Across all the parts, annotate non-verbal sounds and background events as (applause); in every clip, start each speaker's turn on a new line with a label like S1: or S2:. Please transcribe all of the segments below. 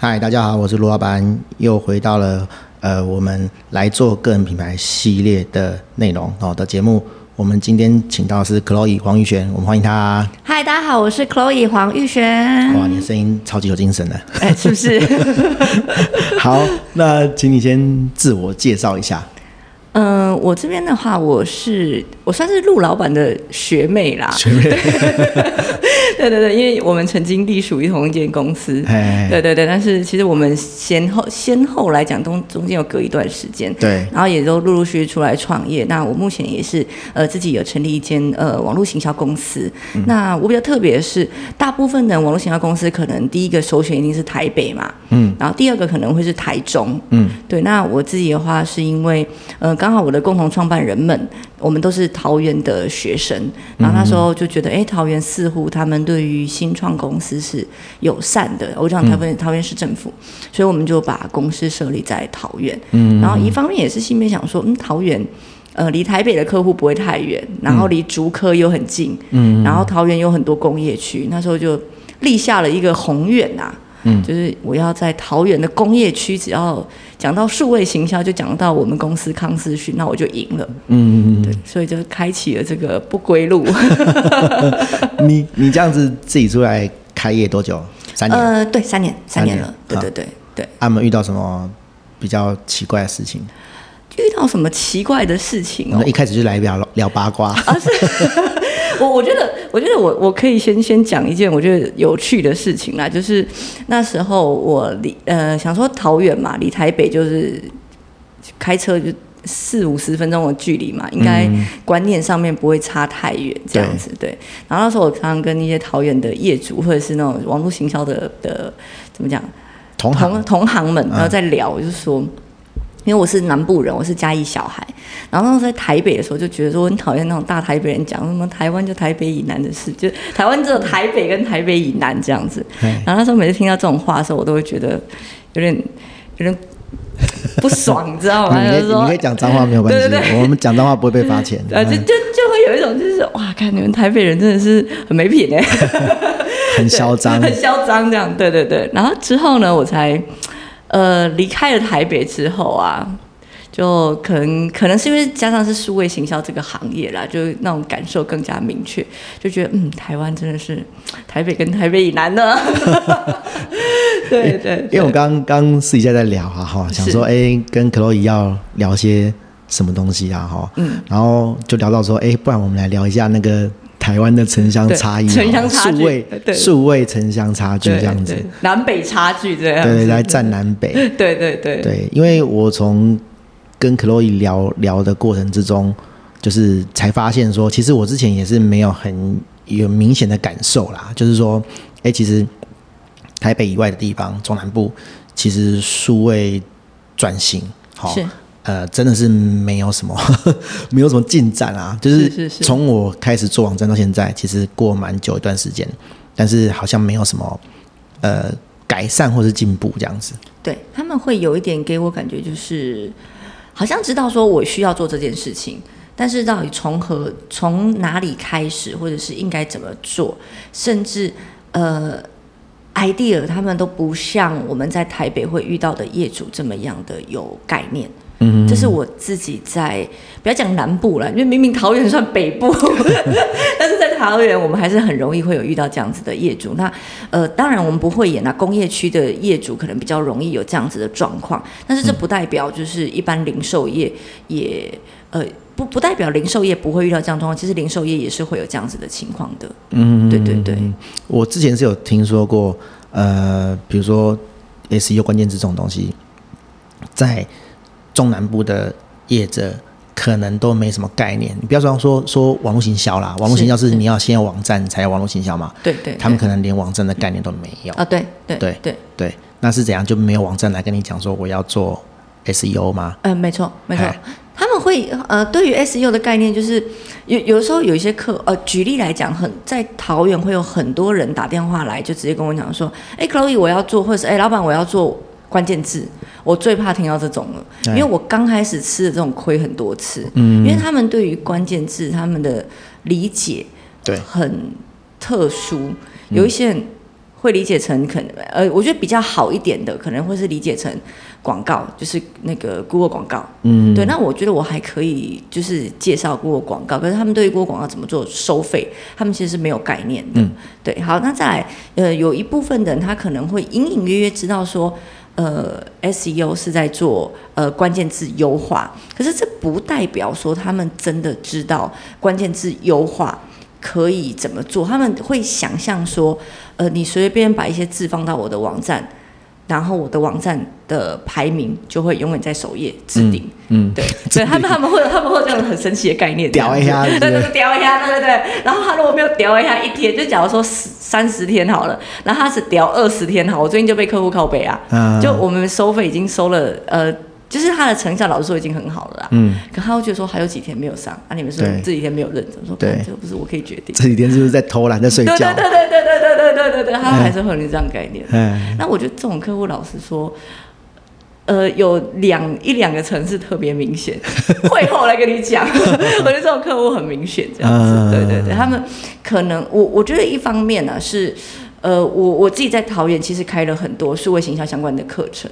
S1: 嗨，大家好，我是卢老板，又回到了呃，我们来做个人品牌系列的内容哦的节目。我们今天请到的是 Chloe 黄玉璇，我们欢迎她。
S2: 嗨，大家好，我是 Chloe 黄玉璇。
S1: 哇，你的声音超级有精神的。(laughs)
S2: (laughs) 哎，是不是？ (laughs)
S1: 好，那请你先自我介绍一下。
S2: 嗯、我这边的话，我是我算是陆老板的学妹啦。学妹。 (laughs) 对对对，因为我们曾经隶属于同一间公司。
S1: 哎
S2: 对对对，但是其实我们先后先后来讲，中中间有隔一段时间。
S1: 对
S2: 然后也都陆陆续续出来创业。那我目前也是呃自己有成立一间呃网络行销公司。那我比较特别的是，大部分的网络行销公司可能第一个首选一定是台北嘛，嗯，然后第二个可能会是台中，嗯，对。那我自己的话是因为呃刚好我的共同创办人们，我们都是桃园的学生，然后那时候就觉得，哎、桃园似乎他们对于新创公司是友善的，我讲桃园、桃园市政府，所以我们就把公司设立在桃园。嗯，然后一方面也是心里面想说，嗯，桃园。呃，离台北的客户不会太远，
S1: 嗯
S2: 然后离竹科又很近，嗯，然后桃园有很多工业区，那时候就立下了一个宏愿呐、嗯，就是我要在桃园的工业区，只要讲到数位行销，就讲到我们公司康思讯，那我就赢了，
S1: 嗯，
S2: 对，所以就开启了这个不归路。
S1: 你你这样子自己出来开业多久？三年。啊
S2: 呃，对，三年，三年了，
S1: 三年
S2: 对对对对。
S1: 他、们遇到什么比较奇怪的事情？
S2: 遇到什么奇怪的事情
S1: 我
S2: 哦
S1: 们？一开始就来聊聊八卦。
S2: 啊 (laughs) 我我觉得，我觉得我我可以先先讲一件我觉得有趣的事情啦，就是那时候我离呃想说桃园嘛，离台北就是开车就四五十分钟的距离嘛，应该观念上面不会差太远这样子对。然后那时候我常常跟一些桃园的业主或者是那种网络行销的的怎么讲
S1: 同
S2: 同
S1: 行，嗯
S2: 同行们，然后在聊，我就说，因为我是南部人，我是嘉义小孩，然后那时候在台北的时候就觉得说，我很讨厌那种大台北人讲什么台湾就台北以南的事，就台湾只有台北跟台北以南这样子。
S1: 哎
S2: 然后那时候每次听到这种话的时候，我都会觉得有点有点不爽，你知道
S1: (laughs) 你
S2: 吗？
S1: 可
S2: 就
S1: 以
S2: 是
S1: 你
S2: 说
S1: 可以，讲脏话没有关系，
S2: 对对
S1: 我们讲脏话不会被罚
S2: (laughs)
S1: 钱。嗯
S2: 呃，就就就会有一种就是哇，看你们台北人真的是很没品哎、
S1: 很
S2: 对。
S1: 嚣张
S2: (laughs) 很嚣张这样，对对对。然后之后呢，我才呃离开了台北之后啊，就可能可能是因为加上是数位行销这个行业啦，就那种感受更加明确，就觉得嗯，台湾真的是台北跟台北以南
S1: (laughs)
S2: 呢。对对对，
S1: 因为我刚刚私底下在聊啊哈，想说哎、跟克洛伊要聊些什么东西啊哈，嗯，然后就聊到说哎、不然我们来聊一下那个台湾的城乡
S2: 对
S1: 差异啊，
S2: 城乡差距
S1: 数位
S2: 对
S1: 数位城乡差距
S2: 对
S1: 这样子，
S2: 对南北差距这样
S1: 对
S2: 子，
S1: 对，来占南北，
S2: (laughs) 对对对对
S1: 对，因为我从跟克洛伊聊聊的过程之中，就是才发现说，其实我之前也是没有很有明显的感受啦，就是说，哎、其实台北以外的地方，中南部其实数位转型，好
S2: 是，
S1: 呃，真的是没有什么 (laughs) 没有什么进展啊。就是
S2: 是是是
S1: 从我开始做网站到现在，其实过蛮久一段时间，但是好像没有什么呃改善或是进步这样子。
S2: 对，他们会有一点给我感觉就是，好像知道说我需要做这件事情，但是到底从何、从哪里开始，或者是应该怎么做，甚至呃，idea 他们都不像我们在台北会遇到的业主这么样的有概念。嗯，这是我自己在不要讲南部了，因为明明桃园算北部， (laughs) 但是在桃园我们还是很容易会有遇到这样子的业主。那呃，当然我们不会演啊，工业区的业主可能比较容易有这样子的状况，但是这不代表就是一般零售业也呃不不代表零售业不会遇到这样的状况，其实零售业也是会有这样子的情况的。嗯，对对对，
S1: 我之前是有听说过，呃，比如说 SEO 关键字这种东西，在中南部的业者可能都没什么概念。你不要说说说网络行销啦，网络行销是
S2: 是
S1: 你要先有网站才有网络行销嘛，
S2: 对对，
S1: 他们
S2: 对
S1: 可能连网站的概念都没有。
S2: 啊，对对
S1: 对
S2: 对，
S1: 对，那是怎样就没有网站来跟你讲说我要做 SEO 吗？
S2: 嗯，没错，没错
S1: 哎。
S2: 他们会呃，对于 SEO 的概念，就是有有时候有一些客呃，举例来讲，很在桃园会有很多人打电话来，就直接跟我讲说，哎，Chloe 我要做，或者是哎，老板我要做关键字，我最怕听到这种了，
S1: 哎
S2: 因为我刚开始吃的这种亏很多次，嗯，因为他们对于关键字他们的理解
S1: 对嗯
S2: 很特殊，有一些人会理解成可能呃，我觉得比较好一点的，可能会是理解成广告，就是那个 Google 广告。嗯，对。那我觉得我还可以就是介绍 Google 广告，可是他们对于 Google 广告怎么做收费，他们其实是没有概念的。嗯，对。好，那再来，呃，有一部分人他可能会隐隐约约知道说。呃，SEO 是在做呃关键字优化，可是这不代表说他们真的知道关键字优化可以怎么做，他们会想象说，呃，你随随便便把一些字放到我的网站，然后我的网站的排名就会永远在首页置顶。
S1: 嗯，
S2: 对，所以他们他们会他们会有这样很神奇的概念，
S1: 屌一下
S2: 这样子
S1: 对
S2: 对
S1: 不对
S2: 对对，屌一下，对对对。然后他如果没有屌一下一天，就假如说十三十天好了，然后他只屌二十天好，我最近就被客户靠背啊，
S1: 啊
S2: 就我们收费已经收了，呃，就是他的成效老实说已经很好了啦，
S1: 嗯，
S2: 可他会觉得说还有几天没有上，啊，你们是不是
S1: 对
S2: 这几天没有认真，我说
S1: 对
S2: 干这个不是我可以决定，
S1: 这几天是不是在偷懒在睡
S2: 对
S1: 觉
S2: 对？对对对对对对对对，他还是会有这样概念，
S1: 嗯，
S2: 那我觉得这种客户，老实说，呃，有两一两个城市特别明显， (laughs) 会后来跟
S1: (laughs)
S2: 你讲，我觉得这种客户很明显，这样
S1: 嗯
S2: 子，对对对，他们可能我我觉得一方面呢、是，呃，我我自己在桃园其实开了很多数位行销相关的课程，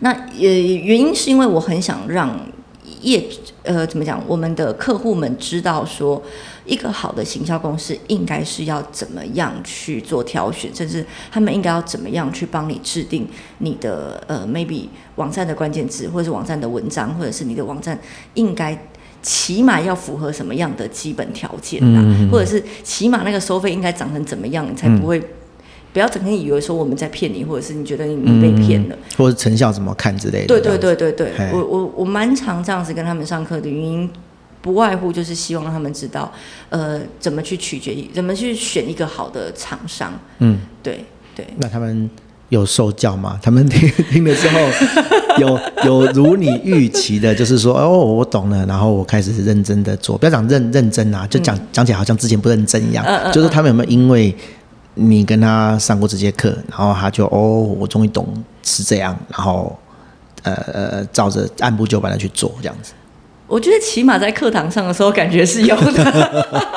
S2: 那呃原因是因为我很想让业呃怎么讲，我们的客户们知道说，一个好的行销公司应该是要怎么样去做挑选，甚至他们应该要怎么样去帮你制定你的呃 maybe 网站的关键字，或者是网站的文章，或者是你的网站应该。起码要符合什么样的基本条件啊？或者是起码那个收费应该涨成怎么样，你才不会、不要整天以为说我们在骗你，或者是你觉得你你被骗了。
S1: 或者成效怎么看之类的。
S2: 对对对对对
S1: 嘿，
S2: 我我我蛮常这样子跟他们上课的原因，不外乎就是希望让他们知道，呃，怎么去取决于，怎么去选一个好的厂商。
S1: 嗯，
S2: 对对，
S1: 那他们有受教吗？他们听 (laughs) 听了之后，有有如你预期的，就是说哦，我懂了，然后我开始认真的做，不要讲认认真啊，就讲、讲起来好像之前不认真一样。
S2: 嗯嗯嗯嗯
S1: 就是他们有没有因为你跟他上过这节课，然后他就哦，我终于懂是这样，然后呃呃，照着按部就班的去做这样子。
S2: 我觉得起码在课堂上的时候，感觉是有的。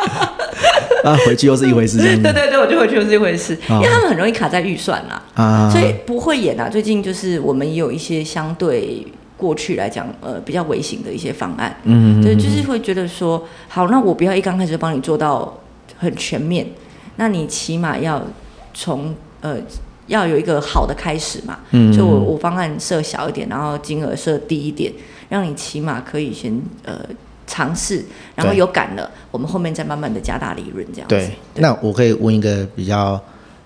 S1: 啊，回去又 (laughs) 是一回事，这样
S2: 对
S1: 子
S2: (laughs) 对对，我就会觉得是一回事，
S1: 哦
S2: 因为他们很容易卡在预算啦。
S1: 啊，
S2: 所以不会演啊。最近就是我们也有一些相对过去来讲，呃，比较微型的一些方案，嗯，对，就是会觉得说，好，那我不要一刚开始就帮你做到很全面，那你起码要从呃。要有一个好的开始嘛，嗯，所以我我方案设小一点，然后金额设低一点，让你起码可以先呃尝试，然后
S1: 对
S2: 有感了，我们后面再慢慢的加大利润这样子。
S1: 对，那我可以问一个比较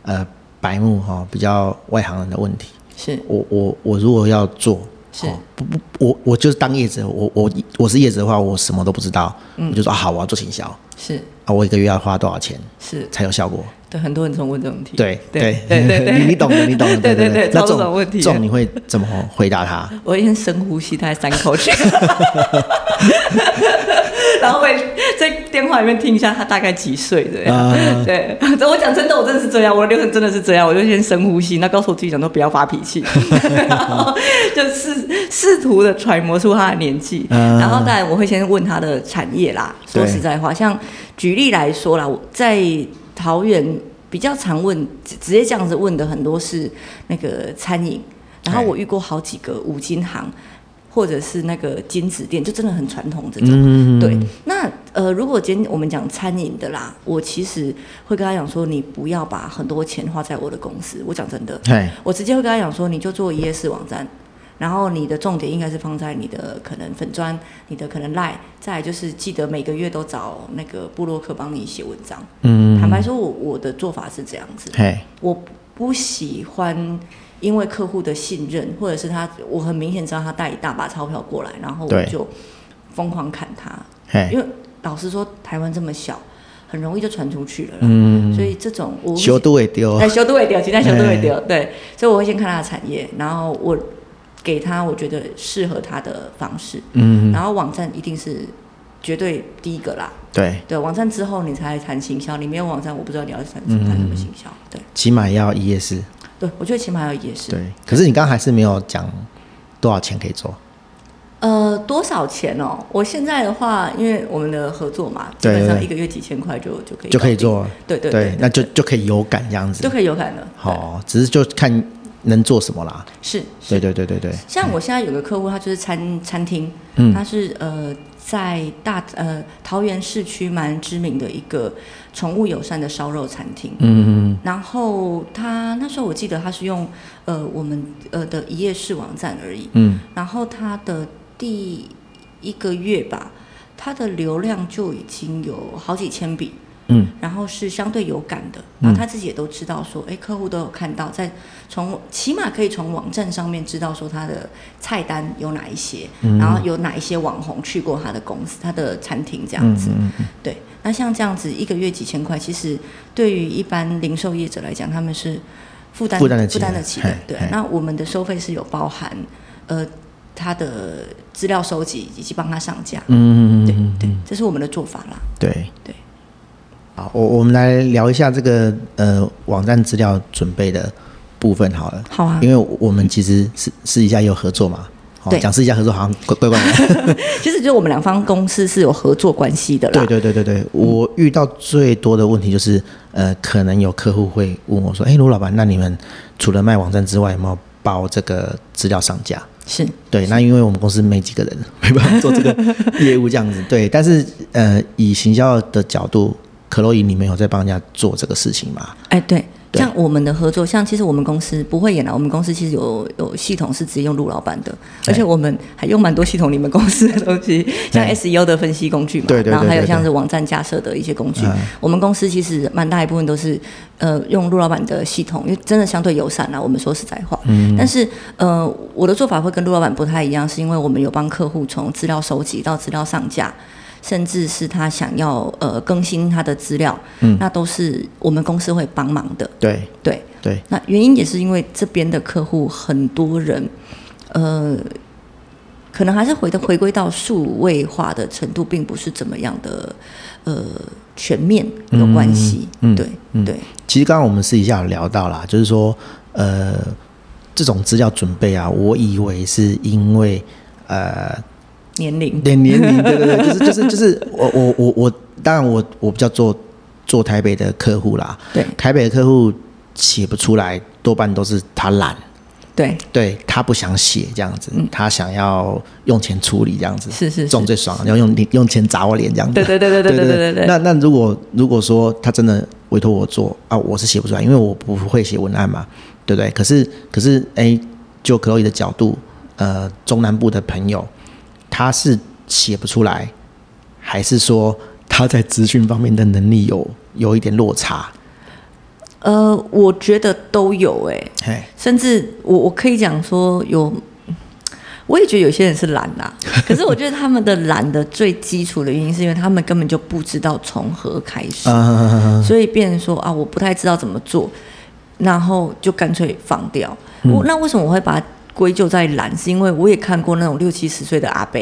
S1: 呃白目哈、比较外行人的问题。
S2: 是
S1: 我我我如果要做，
S2: 是
S1: 哦不不，我我就是当业者，我我我是业者的话，我什么都不知道，
S2: 嗯
S1: 我就说、啊、好，我要做行销啊，
S2: 是
S1: 我一个月要花多少钱
S2: 是，
S1: 才有效果？
S2: 对，很多人总问这种问题。
S1: 对
S2: 对
S1: 对
S2: 对对 (laughs) 对，
S1: 你你懂的，你懂的，
S2: 对
S1: 对
S2: 对，
S1: 那
S2: 超
S1: 这
S2: 多
S1: 种
S2: 种问题。
S1: 这种你会怎么回答他？
S2: 我一天深呼吸，大概三口气， (laughs) 然后会在电话里面听一下他大概几岁这
S1: (laughs)
S2: 样。
S1: 啊
S2: 对， (laughs) 我讲真的，我真的是这样，我的流程真的是这样，我就先深呼吸，那告诉我自己讲都不要发脾
S1: (laughs)
S2: 气，然后就试试图的揣摩出他的年纪，
S1: 啊
S2: 然后当然我会先问他的产业啦。
S1: 对
S2: 说实在话，像举例来说啦，我在桃园比较常问，直直接这样子问的很多是那个餐饮，然后
S1: 对
S2: 我遇过好几个五金行。或者是那个金子店，就真的很传统这种。
S1: 嗯，
S2: 对，那呃，如果今天我们讲餐饮的啦，我其实会跟他讲说，你不要把很多钱花在我的公司。我讲真的，
S1: 嘿，
S2: 我直接会跟他讲说，你就做一页式网站，然后你的重点应该是放在你的可能粉砖、你的可能赖，再来就是记得每个月都找那个布洛克帮你写文章。
S1: 嗯，
S2: 坦白说我，我的做法是这样子，
S1: 嘿，
S2: 我不喜欢因为客户的信任，或者是他，我很明显知道他带一大把钞票过来，然后我
S1: 对
S2: 就疯狂砍他。
S1: 嘿，
S2: 因为老实说，台湾这么小，很容易就传出去了啦。
S1: 嗯，
S2: 所以这种我会
S1: 修都会丢，
S2: 哎，修都会丢，鸡蛋修都会丢，对，所以我会先看他的产业，然后我给他我觉得适合他的方式，
S1: 嗯，
S2: 然后网站一定是绝对第一个啦。
S1: 对，
S2: 对，网站之后你才谈行销，你没有网站，我不知道你要谈谈什么行销。对，
S1: 起码要一夜式。
S2: 对我觉得起码要也是，
S1: 对，可是你刚刚还是没有讲多少钱可以做。
S2: 呃，多少钱哦？我现在的话，因为我们的合作嘛，基
S1: 对
S2: 本上
S1: 对
S2: 一个月几千块就就可以
S1: 就可以
S2: 搞定，
S1: 做了，
S2: 对对
S1: 对
S2: 对，，
S1: 那就就可以有感这样
S2: 就
S1: 子。
S2: 可以有感的。对，
S1: 好，只是就看能做什么啦。
S2: 是是
S1: 对对对对对，
S2: 像我现在有个客户，他就是餐餐厅，
S1: 嗯
S2: 他是呃在大呃桃园市区蛮知名的一个宠物友善的烧肉餐厅。
S1: 嗯，
S2: 然后他那时候我记得他是用呃我们呃的一页式网站而已。
S1: 嗯，
S2: 然后他的第一个月吧，他的流量就已经有好几千笔。
S1: 嗯，
S2: 然后是相对有感的，然后他自己也都知道说，哎、客户都有看到，在从起码可以从网站上面知道说他的菜单有哪一些，
S1: 嗯
S2: 然后有哪一些网红去过他的公司、他的餐厅这样子。
S1: 嗯
S2: 对，那像这样子一个月几千块，其实对于一般零售业者来讲，他们是负担
S1: 负担得起
S2: 负
S1: 的
S2: 担得起的
S1: 嘿。
S2: 对
S1: 嘿，
S2: 那我们的收费是有包含呃他的资料收集以及帮他上架。
S1: 嗯，
S2: 对对，这是我们的做法啦。
S1: 对
S2: 对。
S1: 好，我我们来聊一下这个呃网站资料准备的部分好了，
S2: 好啊
S1: 因，为我们其实私私底下也有合作嘛。哦
S2: 对
S1: 讲私底下合作好像怪怪怪的。
S2: 其 (laughs) 实就是我们两方公司是有合作关系的啦。
S1: 对对对对对，我遇到最多的问题就是，呃，可能有客户会问我说：“哎，卢老板，那你们除了卖网站之外，有没有包这个资料上架？”
S2: 是
S1: 对，那因为我们公司没几个 (laughs) 人，没办法做这个业务这样子。对，但是呃，以行销的角度，可洛伊你们有在帮人家做这个事情吗？
S2: 哎，对，
S1: 对
S2: 像我们的合作，像其实我们公司不会演啊了，我们公司其实有有系统是直接用陆老板的，
S1: 对
S2: 而且我们还用蛮多系统你们公司的东西，像
S1: 哎
S2: SEO 的分析工具嘛，
S1: 对对对
S2: 然后还有
S1: 对对
S2: 像是网站架设的一些工具
S1: 嗯，
S2: 我们公司其实蛮大一部分都是呃用陆老板的系统，因为真的相对友善啊啦，我们说实在话，
S1: 嗯
S2: 但是呃我的做法会跟陆老板不太一样，是因为我们有帮客户从资料收集到资料上架。甚至是他想要呃更新他的资料，
S1: 嗯
S2: 那都是我们公司会帮忙的。
S1: 对
S2: 对，
S1: 对，
S2: 那原因也是因为这边的客户很多人，呃，可能还是回的回归到数位化的程度，并不是怎么样的呃全面有关系。
S1: 嗯嗯
S2: 对、对，
S1: 其实刚刚我们私底下有聊到啦，就是说，呃，这种资料准备啊，我以为是因 (laughs) 为呃
S2: 年龄
S1: 年年 (laughs) 龄，对对对，就是就是就是我我我我，当然我我比较做做台北的客户啦，
S2: 对
S1: 台北的客户写不出来，多半都是他懒。
S2: 对
S1: 对他不想写这样子，他想要用钱处理这样子，
S2: 嗯是是是
S1: 这种最爽，要用用钱砸我脸这样子。
S2: 对对对对对对对 (laughs) 对对
S1: 那那如果如果说他真的委托我做啊，我是写不出来，因为我不会写文案嘛，对不对？可是可是哎，就 Chloe 的角度，呃，中南部的朋友，他是写不出来，还是说他在资讯方面的能力有有一点落差？
S2: 呃，我觉得都有哎、
S1: 嘿，
S2: 甚至我我可以讲说有，我也觉得有些人是懒 (laughs) 啦、可是我觉得他们的懒的最基础的原因，是因为他们根本就不知道从何开始，
S1: 嗯、
S2: 所以变成说啊，我不太知道怎么做，然后就干脆放掉。
S1: 嗯
S2: 我那为什么我会把它归咎在懒？是因为我也看过那种六七十岁的阿伯。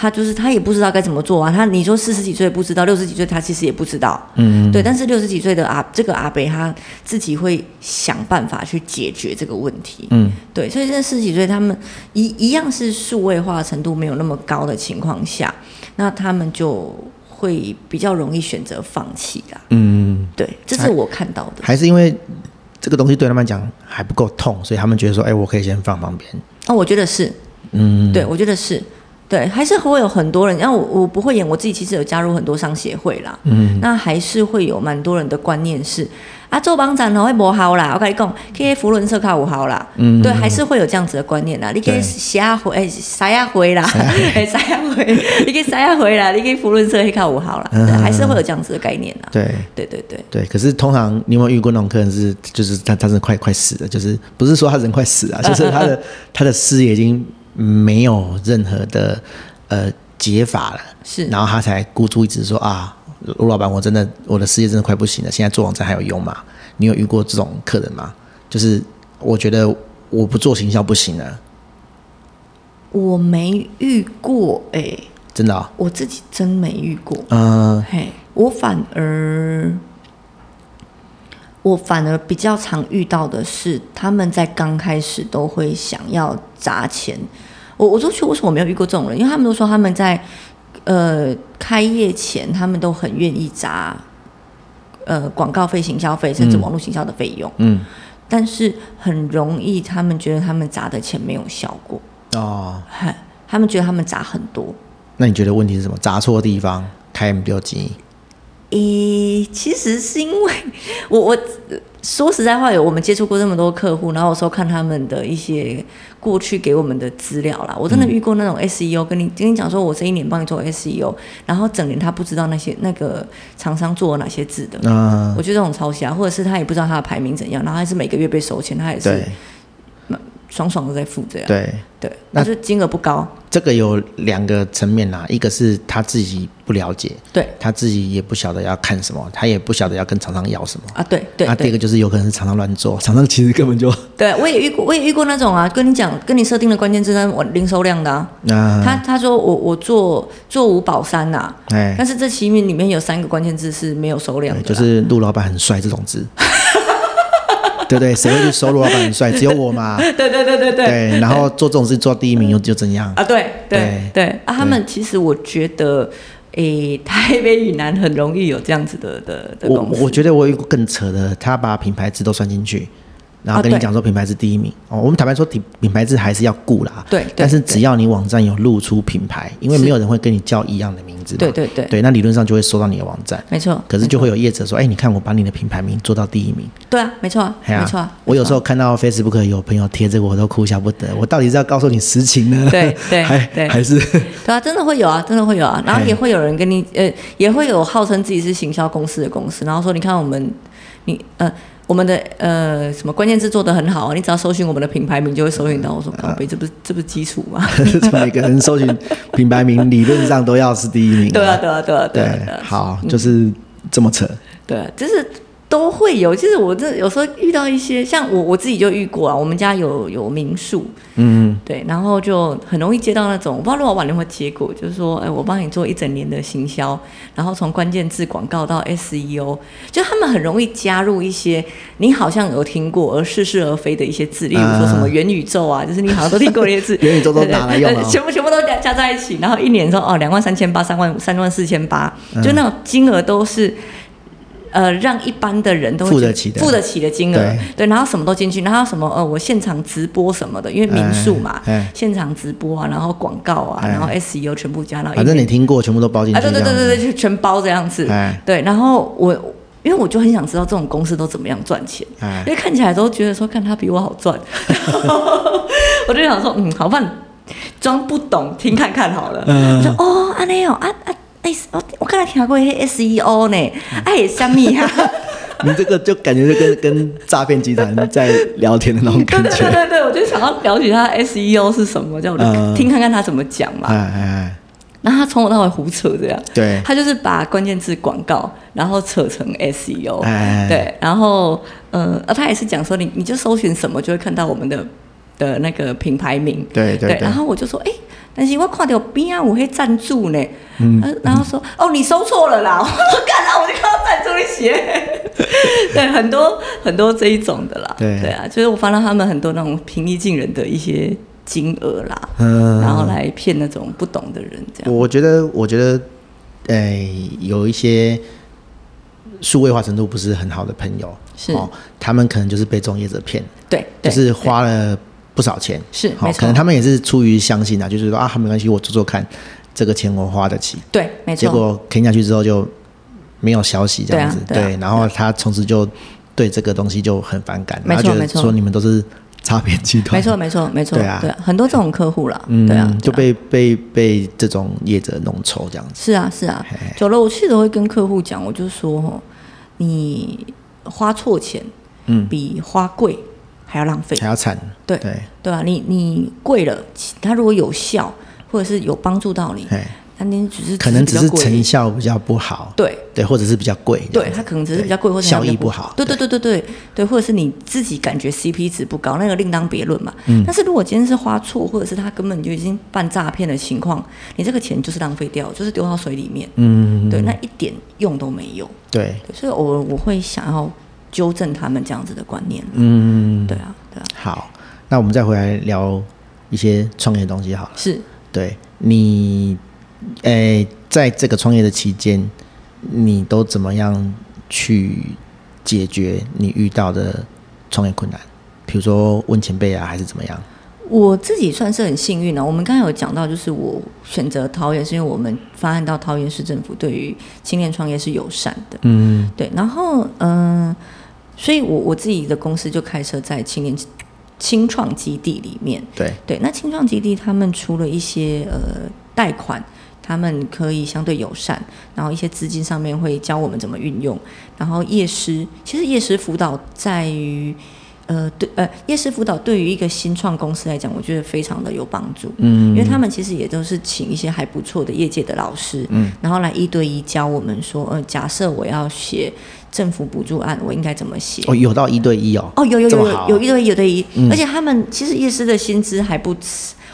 S2: 他就是他也不知道该怎么做啊，他你说四十几岁不知道，六十几岁他其实也不知道，嗯，对。但是六十几岁的阿这个阿伯他自己会想办法去解决这个问题，
S1: 嗯，
S2: 对。所以在四十几岁他们一一样是数位化程度没有那么高的情况下，那他们就会比较容易选择放弃啦，
S1: 嗯，
S2: 对，这是我看到的。
S1: 还是因为这个东西对他们讲还不够痛，所以他们觉得说，哎、我可以先放旁边。
S2: 哦，我觉得是，
S1: 嗯，
S2: 对，我觉得是，对，还是会有很多人。然后我我不会演，我自己其实有加入很多商协会啦。嗯，那还是会有蛮多人的观念是啊，做帮展哦会不好啦，我跟你讲，去福伦社卡五好啦。嗯，对，还是会有这样子的观念啦。你可以
S1: 对
S2: 下回哎，啥呀回啦， (laughs) 哎啥呀回，你可以啥呀回啦，你可以福伦社黑卡五好啦，对，还是会有这样子的概念啦。
S1: 对
S2: 对对对，
S1: 对。可是通常你有没有遇过那种客人是，就是他他是快快死了，就是不是说他人快死了，就是他的他的事业已经没有任何的呃解法了，
S2: 是
S1: 然后他才孤注一掷说啊，卢老板，我真的我的事业真的快不行了，现在做网站还有用吗？你有遇过这种客人吗？就是我觉得我不做行销不行啊了，
S2: 我没遇过哎、
S1: 真的、哦，
S2: 我自己真没遇过。
S1: 嗯、
S2: 嘿，我反而，我反而比较常遇到的是，他们在刚开始都会想要砸钱我我都觉得为什么我没有遇过这种人？因为他们都说他们在呃开业前，他们都很愿意砸呃广告费、行销费，甚至网络行销的费用，
S1: 嗯，
S2: 但是很容易他们觉得他们砸的钱没有效果，
S1: 哦，
S2: 嗨他们觉得他们砸很多。
S1: 那你觉得问题是什么？砸错地方，开不掉机。
S2: 咦，其实是因为我我说实在话，有我们接触过这么多客户，然后有时候看他们的一些过去给我们的资料啦，我真的遇过那种 SEO，、跟你跟你讲说我这一年帮你做 SEO，然后整年他不知道那些那个厂商做了哪些字的，
S1: 那
S2: 我觉得这种抄袭啊，或者是他也不知道他的排名怎样，然后他是每个月被收钱，他也是
S1: 对
S2: 爽爽的在付这样，
S1: 对，
S2: 对，
S1: 那
S2: 那就金额不高，
S1: 这个有两个层面啦，一个是他自己不了解，
S2: 对
S1: 他自己也不晓得要看什么，他也不晓得要跟厂商要什么。
S2: 啊，对对
S1: 那、
S2: 对
S1: 第二个就是有可能是厂商乱做，厂商其实根本
S2: (laughs)
S1: 就
S2: 对，我也遇过，我也遇过那种啊，跟你讲，跟你设定的关键字，但我零收量的啊。
S1: 那
S2: 他他说我我做做五保三呐、
S1: 哎、
S2: 但是这其里面有三个关键字是没有收量的
S1: 对
S2: 啦，
S1: 就是陆老板很帅这种字，对不对？谁会去收陆老板很帅？只有我嘛。
S2: (laughs) 对对对 (laughs) 对对
S1: 对，然后做这种事做第一名又又怎样？
S2: 啊，对对
S1: 对
S2: 对啊，他们其实我觉得，诶，台北以南很容易有这样子的的的
S1: 我
S2: 公司，
S1: 我觉得我有一个更扯的，他把品牌字都算进去，然后
S2: 啊
S1: 跟你
S2: 对
S1: 讲说品牌字第一名。哦，我们坦白说品品牌字还是要顾啦，
S2: 对对
S1: 但是只要你网站有露出品牌，因为
S2: 是
S1: 没有人会跟你叫一样的名字嘛，
S2: 对对对
S1: 那理论上就会收到你的网站。
S2: 没错，
S1: 可是就会有业者说，哎、你看我把你的品牌名做到第一名，
S2: 对啊，没错啊，
S1: 哎呀
S2: 没错啊，
S1: 我有时
S2: 候
S1: 候看到 Facebook 有朋友贴这个，我都哭笑不得。我到底是要告诉你实情呢， (laughs)
S2: 对对
S1: 还
S2: 对
S1: 还是 (laughs)
S2: 对啊，真的会有啊，真的会有啊，然后
S1: 哎
S2: 也会有人跟你，呃，也会有号称自己是行销公司的公司，然后说你看我们，你呃。我们的呃什么关键字做得很好啊，你只要搜寻我们的品牌名就会搜寻到。我说靠北，这不是这不是基础吗？ (laughs)
S1: 每个人搜寻品牌名，理论上都要是第一名、
S2: 对啊，对啊，对啊，对啊，对
S1: 对，
S2: 啊，
S1: 好，就是这么扯。
S2: 对啊，就是都会有。其实我这有时候遇到一些，像我我自己就遇过啊，我们家有有民宿，
S1: 嗯，
S2: 对，然后就很容易接到那种，我不知道陆老板有没有接过，就是说，哎，我帮你做一整年的行销，然后从关键字广告到 SEO，就他们很容易加入一些你好像有听过而似是而非的一些字，例如说什么
S1: 啊
S2: 元宇宙啊，就是你好像都听过那些字，
S1: (laughs) 元宇宙都
S2: 对对
S1: 拿来用
S2: 对
S1: 了哦
S2: 全部全部都加加在一起，然后一年说哦两万三千八、三万三万四千八，
S1: 嗯
S2: 就那种金额都是。呃，让一般的人都会
S1: 付
S2: 觉
S1: 得起的
S2: 付得起的金额，
S1: 对
S2: 对，然后什么都进去，然后什么呃，我现场直播什么的，因为民宿嘛，
S1: 哎哎
S2: 现场直播啊，然后广告啊，
S1: 哎
S2: 然后 SEO 全部加到一
S1: 反
S2: 年，
S1: 正你听过，全部都包进去。
S2: 啊，对对对
S1: 这样
S2: 对
S1: 子
S2: 对，就 (laughs) 全包这样子，
S1: 哎
S2: 对，然后我因为我就很想知道这种公司都怎么样赚钱，
S1: 哎
S2: 因为看起来都觉得说，看他比我好赚， (laughs) 我就想说，嗯，好吧，装不懂听看看好了。
S1: 嗯
S2: 就哦，安尼哦，啊啊，哎、我我刚才听过迄 SEO E 呢，
S1: 嗯
S2: 哎、啊，什么啊？
S1: 你这个就感觉就跟 (laughs) 跟诈骗集团在聊天的那种
S2: 对
S1: 感
S2: (laughs) 对对
S1: 觉。
S2: 对对，我就想要了解他 SEO 是什么，这样我就
S1: 嗯
S2: 听看看他怎么讲嘛
S1: 哎。哎，
S2: 然后他从头到尾胡扯这样，
S1: 对
S2: 他就是把关键字广告，然后扯成 SEO，
S1: 哎
S2: 对，然后呃，啊他也是讲说你你就搜寻什么就会看到我们的的那个品牌名，
S1: 对对对
S2: 然后我就说，哎、但是我看到边啊，我会赞助呢，嗯，然后说，哦，你搜错了啦，我 (laughs) 说干啦，我就看到赞助一些， (laughs) 对，很多很多这一种的啦，
S1: 对
S2: 对啊，就是我发到他们很多那种平易近人的一些金额啦，
S1: 嗯
S2: 然后来骗那种不懂的人，这
S1: 哎
S2: 样。
S1: 我觉得，我觉得，哎，有一些数位化程度不是很好的朋友，
S2: 是
S1: 哦，他们可能就是被中介者骗，
S2: 对，
S1: 就
S2: 对
S1: 是花了不少钱，
S2: 是
S1: 好
S2: 没，错
S1: 可能他们也是出于相信啊，就是说啊，没关系，我做做看，这个钱我花得起。
S2: 对，没
S1: 结
S2: 错，
S1: 果填下去之后就没有消息，这样子，
S2: 对啊对啊
S1: 然后他从此就对这个东西就很反感，
S2: 没
S1: 然
S2: 错
S1: 后觉得
S2: 没错
S1: 说你们都是诈骗集团，
S2: 没错，没错，没错，
S1: 对啊
S2: 很多这种客户啦，
S1: 嗯，
S2: 对啊，
S1: 就
S2: 对啊
S1: 被被被这种业者弄臭这样子，
S2: 是啊是啊，久了我其实会跟客户讲，我就说吼，你花错钱，
S1: 嗯，
S2: 比花贵还要浪费
S1: 还，要惨，
S2: 对
S1: 对，
S2: 对啊，你你贵了，其它如果有效或者是有帮助到你，
S1: 哎，
S2: 那你只是
S1: 可能只是
S2: 比较贵而已
S1: 成效比较不好，
S2: 对
S1: 对，或者是比较贵，这
S2: 对，
S1: 样子
S2: 它可能只是比较贵，或者它
S1: 效
S2: 比较
S1: 益不好，
S2: 对对对对对对，或者是你自己感觉 CP 值不高，那个另当别论嘛。
S1: 嗯
S2: 但是如果今天是花错，或者是他根本就已经办诈骗的情况，你这个钱就是浪费掉，就是丢到水里面，
S1: 嗯，
S2: 对，那一点用都没有。
S1: 对，
S2: 对所以偶尔我会想要纠正他们这样子的观念。
S1: 嗯，
S2: 对啊，对啊，
S1: 好，那我们再回来聊一些创业的东西好了。
S2: 是
S1: 对你，诶、在这个创业的期间，你都怎么样去解决你遇到的创业困难？比如说问前辈啊，还是怎么样？
S2: 我自己算是很幸运的、啊我们刚才有讲到，就是我选择桃园，是因为我们发现到桃园市政府对于青年创业是友善的。
S1: 嗯，
S2: 对，然后嗯、呃所以我我自己的公司就开设在青年青创基地里面。
S1: 对，
S2: 对，那青创基地他们除了一些呃贷款，他们可以相对友善，然后一些资金上面会教我们怎么运用，然后夜师，其实夜师辅导在于。呃，对，呃，夜师辅导对于一个新创公司来讲，我觉得非常的有帮助，
S1: 嗯
S2: 因为他们其实也都是请一些还不错的业界的老师，嗯，然后来一对一教我们说，呃，假设我要写政府补助案，我应该怎么写？
S1: 哦，有到一对一哦，
S2: 哦，有有
S1: 这
S2: 有
S1: 么好嗯
S2: 有有一对一有对一，而且他们其实夜市的薪资还不，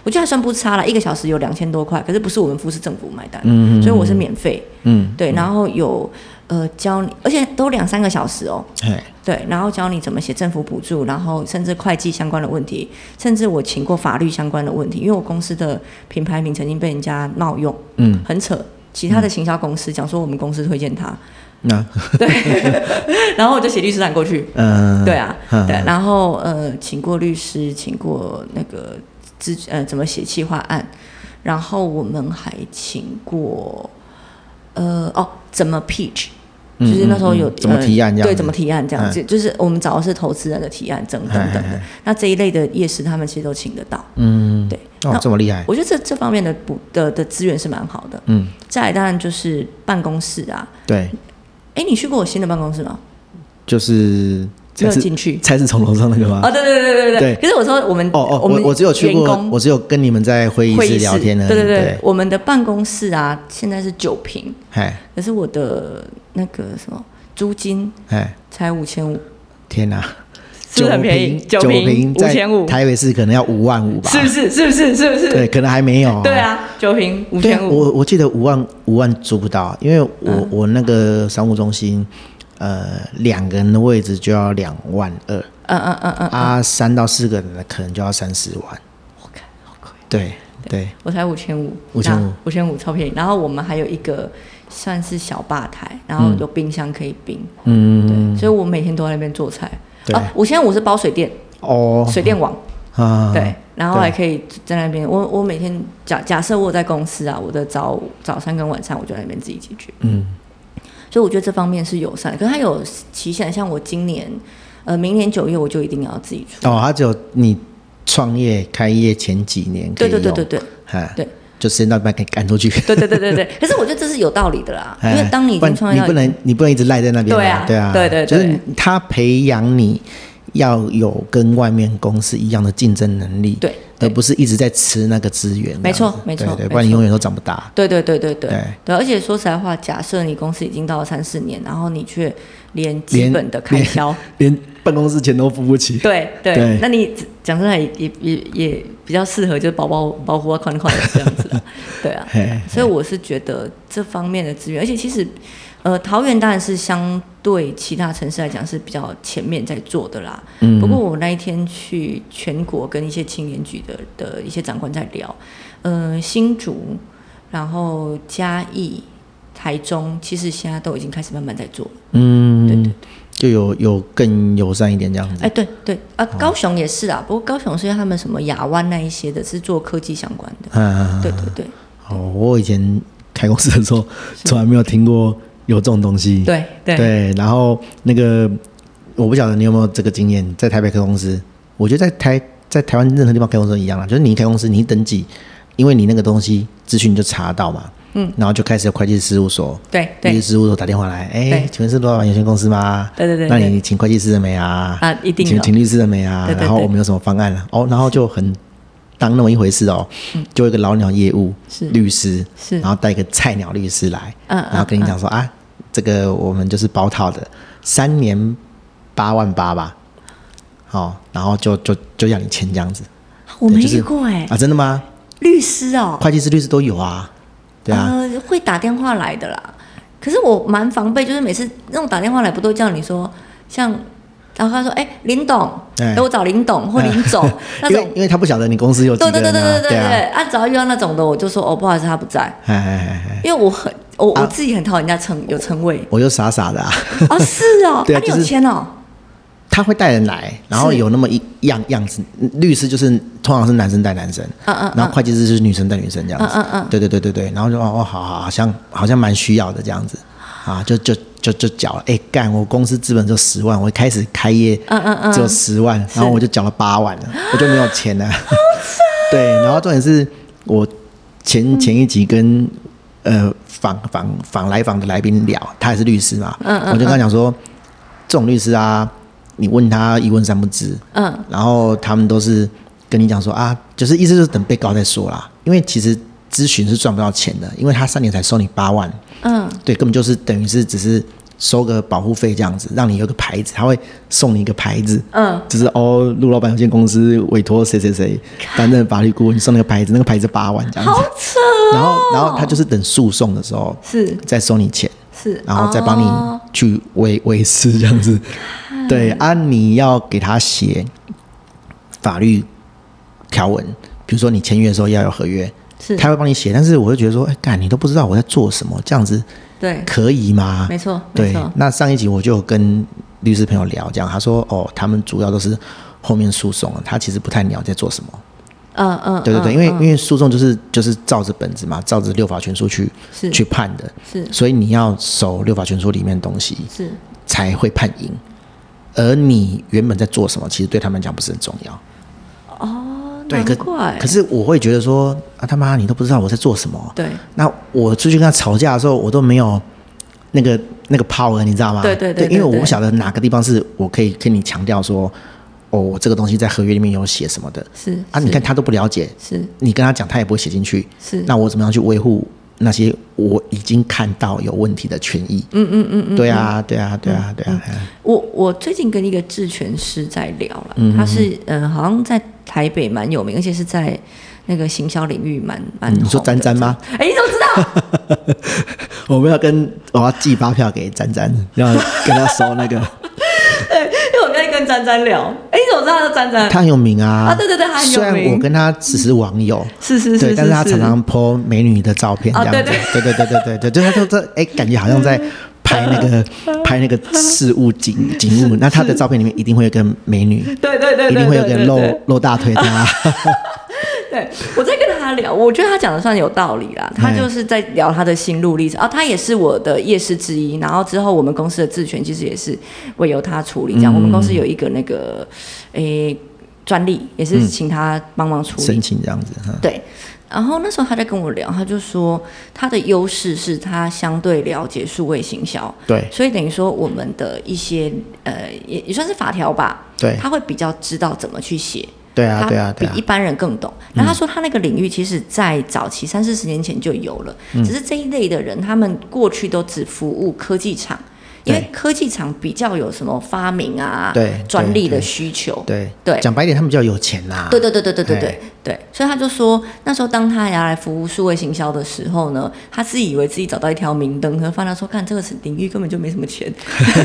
S2: 我觉得还算不差啦，一个小时有两千多块，可是不是我们富士政府买单，
S1: 嗯
S2: 所以我是免费，
S1: 嗯，
S2: 对，然后有呃教你，而且都两三个小时哦，
S1: 嘿，
S2: 对，然后教你怎么写政府补助，然后甚至会计相关的问题，甚至我请过法律相关的问题，因为我公司的品牌名曾经被人家冒用，
S1: 嗯，
S2: 很扯。其他的行销公司讲说我们公司推荐他，
S1: 那
S2: (laughs) 然后我就写律师函过去，
S1: 嗯，
S2: 对啊，
S1: 嗯
S2: 对，然后呃，请过律师，请过那个资呃怎么写企划案，然后我们还请过呃哦怎么 pitch。就
S1: 嗯
S2: 是那时候有、
S1: 嗯嗯怎么提案这样
S2: 呃，对，
S1: 子
S2: 怎么提案这样
S1: 嗯
S2: 子，就就是我们找的是投资人的提案，等等等
S1: 嘿嘿
S2: 的。那这一类的夜市，他们其实都请得到。
S1: 嗯，
S2: 对，
S1: 哦
S2: 那，
S1: 这么厉害，
S2: 我觉得这这方面的补的的资源是蛮好的。
S1: 嗯，
S2: 再来，当然就是办公室啊。
S1: 对，
S2: 哎，你去过我新的办公室吗？
S1: 就是才
S2: 没有
S1: 是
S2: 进去。
S1: 才是从楼上那个吗？
S2: 哦，对对对对对
S1: 对
S2: 可是我说我们
S1: 哦哦，
S2: 们
S1: 我我只有去
S2: 员
S1: 过
S2: 工，
S1: 我只有跟你们在会议
S2: 会
S1: 室
S2: 议
S1: 聊
S2: 室，
S1: 天呢。
S2: 对对对，
S1: 对，
S2: 我们的办公室啊，现在是九平，
S1: 嘿，
S2: 可是我的那个什么租金
S1: 嘿，
S2: 才五千五，
S1: 天哪，
S2: 是不是很便宜？
S1: 九
S2: 平
S1: 平
S2: 五千五
S1: 在，台北市可能要五万五吧？
S2: 是不是？是不是？是不是？
S1: 对，可能还没有。
S2: 对。啊，九平五
S1: 对啊，
S2: 千五，嗯
S1: 我我记得五万五万租不到，因为我、我那个商务中心，呃，两个人的位置就要两万二、
S2: 嗯嗯嗯嗯，
S1: 啊，三到四个人的可能就要三十万。
S2: 我看好贵，
S1: 对对，
S2: 我才五千五，
S1: 5500，
S2: 五千五超便宜。然后我们还有一个算是小吧台，然后有冰箱可以冰，
S1: 嗯，
S2: 对，所以我每天都在那边做菜。
S1: 对
S2: 啊，五千五是包水电，
S1: 哦
S2: 水电网。
S1: 啊，
S2: 对，然后
S1: 对
S2: 还可以在那边。我我每天假假设我有在公司啊，我的早早餐跟晚餐我就在那边自己解决。
S1: 嗯，
S2: 所以我觉得这方面是友善，可是它有期限，像我今年呃明年九月我就一定要自己出。
S1: 哦，他只有你创业开业前几年可
S2: 对
S1: 以
S2: 对
S1: 用，
S2: 对对对
S1: 哈，
S2: 对
S1: 就时间到一半给赶出去。
S2: 对对对对对。可是我觉得这是有道理的啦，因为
S1: (laughs) 哎
S2: 当你已
S1: 不然
S2: 经创业
S1: 你
S2: 到
S1: 不能你不能一直赖在那边嘛，
S2: 对啊
S1: 对啊，
S2: 对对
S1: 就
S2: 对
S1: 是他培养你要有跟外面公司一样的竞争能力，
S2: 对
S1: 而
S2: 对
S1: 不是一直在吃那个资源，
S2: 没错
S1: 这样子
S2: 没错
S1: 对对，
S2: 没
S1: 不然你
S2: 错
S1: 永远都长不大。
S2: 对对对对对
S1: 对
S2: 对，而且说实在话，假设你公司已经到了三四年，然后你却连基
S1: 连
S2: 本的开销，
S1: 连办公室钱都付不起，
S2: 对对，
S1: 对
S2: 那你讲真的也也也也比较适合就是包包包袱啊宽宽的这
S1: (laughs)
S2: 样子啊，对啊，
S1: 嘿，
S2: 所以我是觉得这方面的资源，而且其实呃桃园当然是相对其他城市来讲是比较前面在做的啦。
S1: 嗯
S2: 不过我那一天去全国跟一些青年局的的一些长官在聊，呃新竹，然后嘉义。台中其实现在都已经开始慢慢在做了，
S1: 嗯，
S2: 对对对
S1: 就有有更友善一点这样子
S2: 哎，，对对啊，
S1: 哦
S2: 高雄也是啊，不过高雄是因为他们什么亚湾那一些的，是做科技相关的，
S1: 嗯，
S2: 对对对
S1: 哦，我以前开公司的时候，从来没有听过有这种东西。
S2: 对对
S1: 然后那个我不晓得你有没有这个经验，在台北开公司，我觉得在台在台湾任何地方开公司都一样啦，就是你一开公司，你一登记，因为你那个东西资讯你就查到嘛，嗯，然后就开始有会计事务所。
S2: 对
S1: 会计
S2: 对
S1: 事务所打电话来，哎
S2: 对，
S1: 请问是罗老板有限公司吗？
S2: 对对对
S1: 那
S2: 对
S1: 你请会计师了没啊？
S2: 啊一定
S1: 请
S2: 的
S1: 请律师了没啊？
S2: 对对
S1: 然后
S2: 对
S1: 我们有什么方案啊？哦，然后就很当那么一回事哦，就有一个老鸟业务
S2: 嗯是
S1: 律师，
S2: 是
S1: 然后带一个菜鸟律师来，
S2: 嗯
S1: 然后跟你讲说啊，这个我们就是包套的，三年八万八吧，好、然后就就就要你签这样子
S2: 啊我没
S1: 对就是
S2: 遇过哎、
S1: 啊，真的吗？
S2: 律师哦，
S1: 会计师、律师都有啊，对啊，
S2: 呃，会打电话来的啦。可是我蛮防备，就是每次那种打电话来，不都叫你说像然后他说：“哎、林董，
S1: 哎
S2: 哎、我找林董 (laughs) 或林总、那
S1: 因
S2: 种
S1: 为。”因为他不晓得你公司有几
S2: 对
S1: 个
S2: 对
S1: 人
S2: 对对
S1: 啊
S2: 对，对
S1: 对
S2: 对，
S1: 啊，
S2: 啊，只要遇到那种的，我就说哦，不好意思，他不在，
S1: 哎哎哎哎，
S2: 因为我很我我
S1: 啊
S2: 自己很讨厌人家称有
S1: (laughs)
S2: 称谓
S1: 我就傻傻的啊，
S2: 哦，是哦，
S1: 对啊
S2: 啊，你
S1: 就
S2: 有
S1: 是
S2: 签哦，
S1: 他会带人来，然后
S2: 是
S1: 有那么一样样子，律师就是通常是男生带男生，
S2: 嗯嗯
S1: 然后会计师就是女生带女生这样子，
S2: 嗯嗯嗯
S1: 对对对对对，然后就哦哦好好，好像好像蛮需要的这样子，啊就就就就缴了，哎干，我公司资本就十万，我一开始开业，
S2: 嗯嗯嗯
S1: 只有十万，然后我就缴了八万了，我就没有钱了，对，然后重点是我
S2: 嗯
S1: 前前一集跟呃访访访来访的来宾聊，他也是律师嘛，
S2: 嗯嗯
S1: 我就跟他讲说，这种律师啊，你问他一问三不知，
S2: 嗯，
S1: 然后他们都是跟你讲说啊，就是意思就是等被告再说啦，因为其实咨询是赚不到钱的，因为他三年才收你八万，
S2: 嗯，
S1: 对，根本就是等于是只是收个保护费这样子，让你有个牌子，他会送你一个牌子，
S2: 嗯，
S1: 就是哦，陆老板有限公司委托谁谁
S2: (laughs)
S1: 谁担任法律顾问，送那个牌子，那个牌子八万这样
S2: 好
S1: 子，
S2: 扯哦，
S1: 然后然后他就是等诉讼的时候
S2: 是
S1: 再收你钱。
S2: 是，
S1: 然后再帮
S2: 哦
S1: 你去维维持这样
S2: (laughs)
S1: 子。对啊，你要给他写法律条文，比如说你签约的时候要有合约，
S2: 是
S1: 他会帮你写。但是我就觉得说，哎，干你都不知道我在做什么，这样子
S2: 对，
S1: 可以吗？
S2: 没错
S1: 对
S2: 没错。
S1: 那上一集我就有跟律师朋友聊，这样他说，哦，他们主要都是后面诉讼，他其实不太了解做什么。
S2: 嗯嗯，
S1: 对对对，
S2: 嗯
S1: 因为因为诉讼就是就是照着本子嘛，照着六法全书去
S2: 是
S1: 去判的，
S2: 是
S1: 所以你要守六法全书里面的东西
S2: 是
S1: 才会判赢。而你原本在做什么，其实对他们来讲不是很重要。
S2: 哦，
S1: 对，
S2: 难
S1: 可
S2: 怪，
S1: 可是我会觉得说啊他妈，你都不知道我在做什么。
S2: 对
S1: 那我出去跟他吵架的时候，我都没有那个那个 power，你知道吗？
S2: 对对对对
S1: 因为我
S2: 对
S1: 不晓得哪个地方是我可以跟你强调说，哦，我这个东西在合约里面有写什么的。
S2: 是
S1: 啊，你
S2: 是
S1: 看他都不了解，
S2: 是
S1: 你跟他讲，他也不会写进去。
S2: 是
S1: 那我怎么样去维护那些我已经看到有问题的权益？嗯嗯嗯嗯，对啊，对啊，对
S2: 嗯
S1: 啊，对啊，对啊
S2: 我我最近跟一个治权师在聊了，
S1: 嗯
S2: 他是呃好像在台北蛮有名，而且是在那个行销领域蛮蛮
S1: 嗯
S2: 红的。
S1: 你说詹詹吗
S2: 哎，你怎么知道？
S1: (laughs) 我们要跟我要寄发票给詹
S2: (laughs)
S1: 詹，要跟他收那个，
S2: 因为我刚才跟詹詹聊，哎，你怎么知道他是詹詹？
S1: 他很有名啊。
S2: 啊对对对他很有名
S1: 虽然我跟他只是网友。
S2: 是是是
S1: 对，
S2: 是，
S1: 但是他
S2: 是
S1: 常常 po 美女的照片这
S2: 啊
S1: 样子，对对对对对对，就他就这哎，感觉好像在拍那个拍那个事物景景物，那他的照片里面一定会有个美女，
S2: 对对对对，
S1: 一定会有
S2: 对
S1: 个
S2: 对
S1: 露
S2: 对
S1: 露大腿的啊， (laughs)
S2: 对，我在跟他聊，我觉得他讲的算有道理
S1: 嗯
S2: 啦。他就是在聊他的心路历程，哦，他也是我的夜市之一。然后之后我们公司的治权其实也是会由他处理，这样、
S1: 嗯
S2: 我们公司有一个那个诶专利，也是请他帮忙处理
S1: 申。请这样子，
S2: (laughs)
S1: 嗯
S2: 对，然后那时候他在跟我聊，他就说他的优势是他相对了解数位行销，
S1: 对
S2: 所以等于说我们的一些呃也也算是法条吧，
S1: 对
S2: 他会比较知道怎么去写。
S1: 对啊
S2: 他
S1: 对啊对啊
S2: 比一，般人更懂。然后他说他那个领域其实，在早期三四十年前就有了，
S1: 嗯
S2: 只是这一类的人，他们过去都只服务科技厂，因为
S1: 对
S2: 科技厂比较有什么发明啊
S1: 对、
S2: 专利
S1: 对
S2: 的
S1: 对
S2: 需求，
S1: 对
S2: 对
S1: 讲白一点，他们比较有钱啦，
S2: 对对对对对对
S1: 哎
S2: 对对，所以他就说，那时候当他要来服务数位行销的时候呢，他自己以为自己找到一条明灯，可是发现说，看这个领域根本就没什
S1: (laughs)
S2: 么钱， (laughs)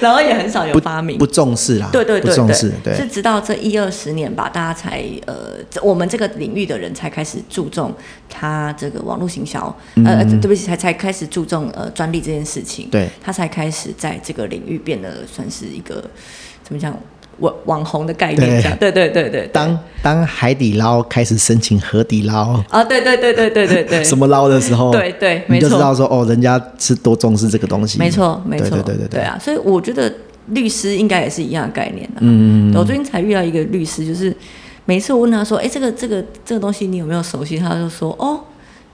S2: 然后也很少有发明
S1: 不，重视啦，
S2: 对对对
S1: 不重
S2: 对
S1: 视，，
S2: 是
S1: 对
S2: 直到这一二十年吧，大家才呃，这我们这个领域的人才开始注重他这个网络行销，呃，对不起，才才开始注重呃专利这件事情，
S1: 嗯对
S2: 他才开始在这个领域变得算是一个怎么讲网网红的概念
S1: 对
S2: 这样，对对对对，对
S1: 当当海底捞开始申请河底捞
S2: 啊，对对对对对对对，
S1: 什么捞的时候，
S2: 对对
S1: 你就
S2: 没错
S1: 知道说哦，人家是多重视这个东西，
S2: 没错，没错，
S1: 对对对对
S2: 对，啊！所以我觉得律师应该也是一样的概念、啊、嗯我最近才遇到一个律师，就是每次我问他说：“哎、这个这个这个东西你有没有熟悉？”他就说：“哦，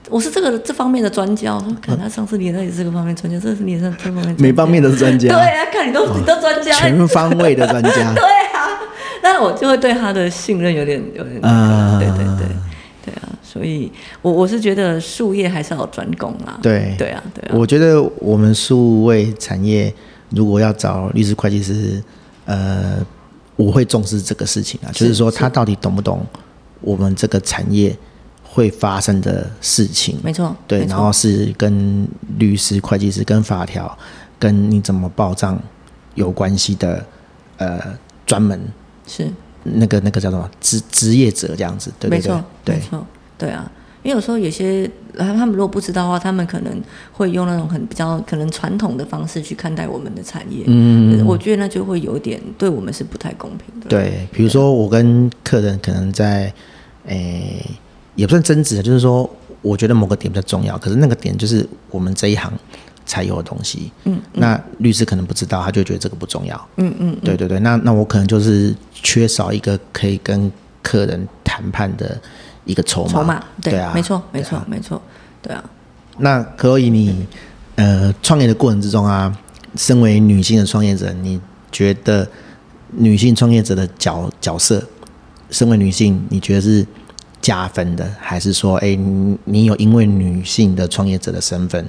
S2: 我是这个这方面的专家。”我说：“
S1: 嗯
S2: 看他上次你也在这个方面专家，这次你也在这方面专家
S1: 每方面都是专
S2: 对
S1: 家，
S2: 啊，看你都你都专家，
S1: 哦全方位的专家，
S2: (laughs) 对啊，那我就会对他的信任有点有点那
S1: 啊
S2: 个，对对对。”对啊，所以我我是觉得术业还是要专攻啦。
S1: 对
S2: 对啊，对啊。
S1: 我觉得我们数位产业如果要找律师、会计师，呃，我会重视这个事情啊，就是说他到底懂不懂我们这个产业会发生的事情。
S2: 没错，
S1: 对
S2: 没，错
S1: 然后是跟律师、会计师、跟法条、跟你怎么报账有关系的呃专门
S2: 是
S1: 那个那个叫什么职职业者这样子，对
S2: 没
S1: 对对
S2: 错，
S1: 对
S2: 没，错，对啊。因为有时候有些呃他们如果不知道的话，他们可能会用那种很比较可能传统的方式去看待我们的产业，
S1: 嗯，
S2: 我觉得那就会有点对我们是不太公平的。
S1: 对，比如说我跟客人可能在，诶、也不算争执，就是说我觉得某个点比较重要，可是那个点就是我们这一行才有的东西。嗯，那律师可能不知道，他就觉得这个不重要。嗯嗯对对对，那那我可能就是缺少一个可以跟客人谈判的一个筹码。
S2: 筹码对
S1: 对啊，
S2: 没错，
S1: 对
S2: 没
S1: 啊
S2: 错，没错，对啊，
S1: 那克洛伊，你呃创业的过程之中啊，身为女性的创业者，你觉得女性创业者的角角色，身为女性，你觉得是加分的，还是说，哎、你你有因为女性的创业者的身份，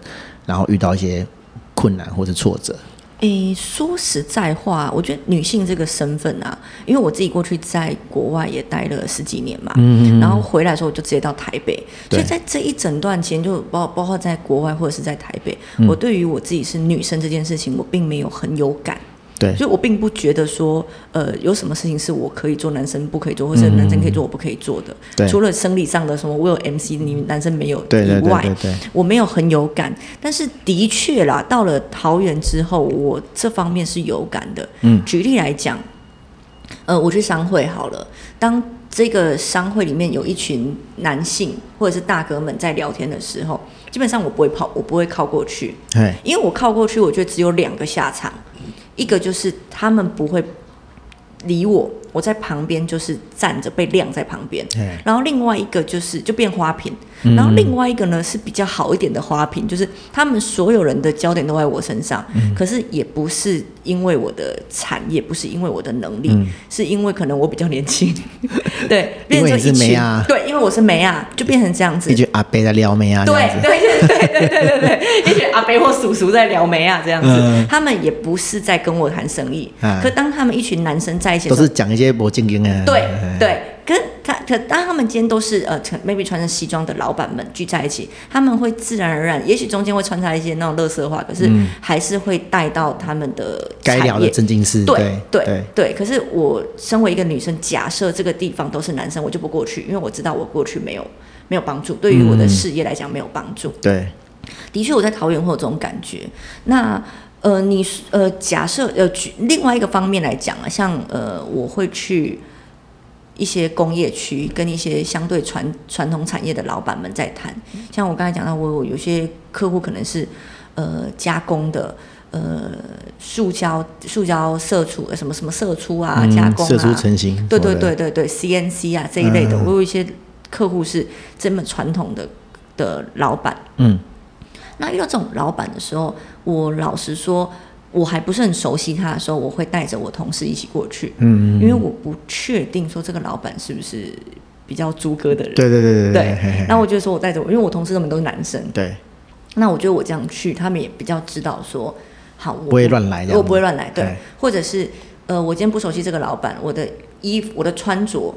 S1: 然后遇到一些困难或者挫折？
S2: 诶，说实在话，我觉得女性这个身份啊，因为我自己过去在国外也待了十几年嘛，然后回来的时候我就直接到台北，
S1: 嗯对
S2: 所以在这一整段期间，就包包括在国外或者是在台北，
S1: 嗯
S2: 我对于我自己是女生这件事情，我并没有很有感。
S1: 对
S2: 所以我并不觉得说，呃，有什么事情是我可以做，男生不可以做，或者男生可以做我不可以做的。
S1: 嗯对
S2: 除了生理上的什么我有 MC，你男生没有以外，
S1: 对对对对对，
S2: 我没有很有感，但是的确啦，到了桃园之后，我这方面是有感的。嗯，举例来讲，呃，我去商会好了，当这个商会里面有一群男性或者是大哥们在聊天的时候，基本上我不会跑，我不会靠过去，
S1: 哎，
S2: 因为我靠过去，我觉得只有两个下场，一个就是他们不会理我，我在旁边就是站着被晾在旁边
S1: 嘿，
S2: 然后另外一个就是就变花瓶，
S1: 嗯
S2: 然后另外一个呢是比较好一点的花瓶，就是他们所有人的焦点都在我身上，
S1: 嗯
S2: 可是也不是因为我的产业，不是因为我的能力，
S1: 嗯
S2: 是因为可能我比较
S1: (laughs)
S2: 年轻，对，
S1: 因
S2: 变
S1: 为
S2: 成
S1: 你是
S2: 一群
S1: 梅啊
S2: 对，因为我是梅啊，就变成这样子
S1: 一，句阿贝在撩妹啊，这样
S2: 对
S1: 子，
S2: 对对对对对对对，一群阿伯或叔叔在聊媒啊这样子，
S1: 嗯
S2: 他们也不是在跟我谈生意，
S1: 嗯
S2: 可当他们一群男生在一起的
S1: 都
S2: 时候
S1: 是，讲一些不正经的。
S2: 对
S1: 哎
S2: 对，可是他可当他们今天都是呃可，maybe 穿着西装的老板们聚在一起，他们会自然而然，也许中间会穿插一些那种乐色话，可是还是会带到他们的
S1: 嗯该
S2: 产
S1: 聊的
S2: 业
S1: 正经事。
S2: 对
S1: 对
S2: 对对，可是我身为一个女生，假设这个地方都是男生，我就不过去，因为我知道我过去没有没有帮助，对于我的
S1: 嗯
S2: 事业来讲没有帮助。
S1: 对
S2: 的确，我在桃园会有这种感觉。那呃，你呃，假设呃，举另外一个方面来讲啊，像呃，我会去一些工业区跟一些相对传传统产业的老板们在谈。像我刚才讲到，我我有些客户可能是呃加工的。呃，塑胶、塑胶射出呃什么什么射出啊，
S1: 嗯
S2: 加工啊，
S1: 射出成型。
S2: 对对对对对，CNC 啊这一类的，
S1: 嗯嗯嗯
S2: 我有一些客户是这么传统的的老板，
S1: 嗯，
S2: 那遇到这种老板的时候，我老实说，我还不是很熟悉他的时候，我会带着我同事一起过去，
S1: 嗯，
S2: 因为我不确定说这个老板是不是比较猪哥的人，
S1: 对对对对
S2: 对
S1: 嘿嘿
S2: 那我就说我带着我，因为我同事他们都是男生，
S1: 对，
S2: 那我觉得我这样去，他们也比较知道说，好，我
S1: 不会乱来这样子
S2: 我不会乱来，对
S1: 哎，
S2: 或者是呃，我今天不熟悉这个老板，我的衣服、我的穿着。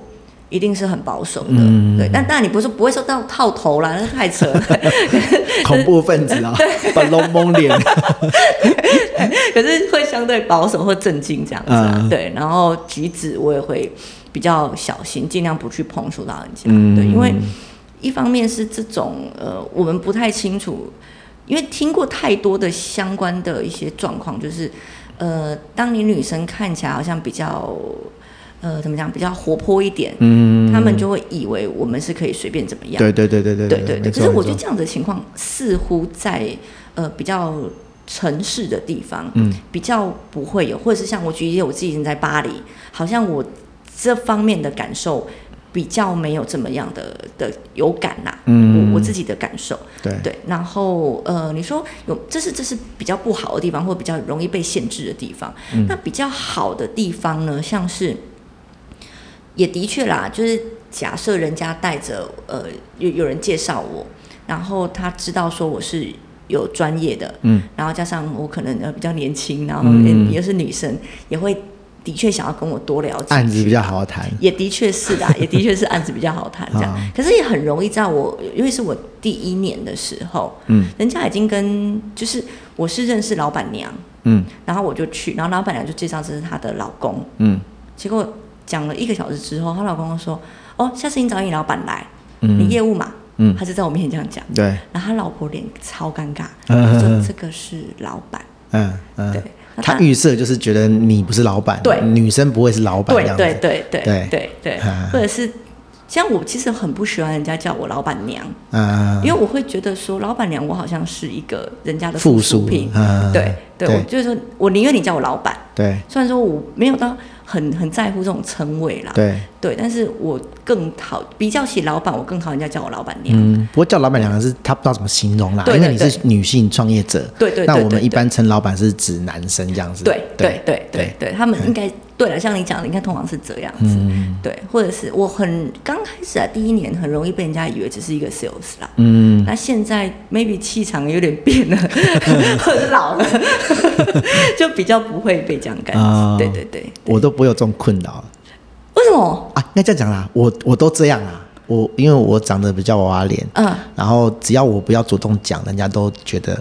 S2: 一定是很保守的，
S1: 嗯
S2: 对。但但你不是不会说到套头啦，那太扯了。
S1: 恐怖分子
S2: (laughs)
S1: 啊，把龙蒙脸。
S2: 可是会相对保守或震惊这样子啊，
S1: 嗯
S2: 对。然后举止我也会比较小心，尽量不去碰触到人家，
S1: 嗯
S2: 对，因为一方面是这种呃，我们不太清楚，因为听过太多的相关的一些状况，就是呃，当你女生看起来好像比较。呃，怎么讲比较活泼一点，
S1: 嗯
S2: 他们就会以为我们是可以随便怎么样，
S1: 对对对对对
S2: 对对
S1: 没
S2: 对。可
S1: 错
S2: 是我觉
S1: 没错
S2: 得这样的情况似乎在呃比较城市的地方，
S1: 嗯，
S2: 比较不会有，或者是像我举例，我自己已经在巴黎，好像我这方面的感受比较没有这么样的的有感啦、
S1: 嗯
S2: 我我自己的感受。
S1: 对
S2: 对，然后呃，你说有这是这是比较不好的地方，或比较容易被限制的地方。
S1: 嗯
S2: 那比较好的地方呢，像是也的确啦，就是假设人家带着呃有有人介绍我，然后他知道说我是有专业的，
S1: 嗯，
S2: 然后加上我可能呃比较年轻，然后
S1: 嗯
S2: 也也是女生，也会的确想要跟我多了解，
S1: 案子比较好谈。
S2: 也的确是
S1: (laughs)
S2: 啦，也的确是案子比较好谈这样
S1: 啊。
S2: 可是也很容易在我，尤其是我第一年的时候，
S1: 嗯，
S2: 人家已经跟就是我是认识老板娘，
S1: 嗯
S2: 然后我就去，然后老板娘就介绍这是她的老公，
S1: 嗯
S2: 结果讲了一个小时之后，她老公就说：“哦，下次你找你老板来，你
S1: 嗯，
S2: 业务嘛。”
S1: 嗯
S2: 他就在我面前这样讲，
S1: 对，
S2: 然后他老婆脸超尴尬，
S1: 嗯
S2: 她说
S1: 嗯：“
S2: 这个是老板。
S1: 嗯”嗯
S2: 对。，那
S1: 他预设就是觉得你不是老板，
S2: 对
S1: 女生不会是老板这
S2: 对
S1: 样子，
S2: 对对对
S1: 对
S2: 对对
S1: 啊，
S2: 或者是像我其实很不喜欢人家叫我老板娘，
S1: 嗯，
S2: 因为我会觉得说老板娘我好像是一个人家的
S1: 附
S2: 属
S1: 属
S2: 品，，
S1: 嗯，
S2: 对对，我
S1: 对
S2: 就是说我宁愿你叫我老板，
S1: 对
S2: 虽然说我没有到很很在乎这种称谓啦，
S1: 对，
S2: 对，但是我更讨比较起老板，我更讨人家叫我老板娘，
S1: 嗯，不过叫老板娘是她不知道怎么形容啦，
S2: 对
S1: 因为
S2: 对
S1: 你
S2: 对
S1: 是女性创业者，
S2: 对对对
S1: 那
S2: 对
S1: 我们一
S2: 对
S1: 般称老板是指男生这样子，
S2: 对对对对
S1: 对
S2: 对，他们应该对了，像你讲的，应该通常是这样子。
S1: 嗯
S2: 对，或者是我很刚开始啊，第一年很容易被人家以为只是一个 sales 啦。
S1: 嗯，
S2: 那现在 maybe 气场有点变了， (laughs) 或者老了， (laughs) 就比较不会被这样干。
S1: 哦
S2: 对对对，
S1: 我都不会有这种困扰
S2: 为什么？
S1: 啊，那这样讲啦，我我都这样啦，我因为我长得比较娃娃脸，
S2: 嗯、
S1: 然后只要我不要主动讲，人家都觉得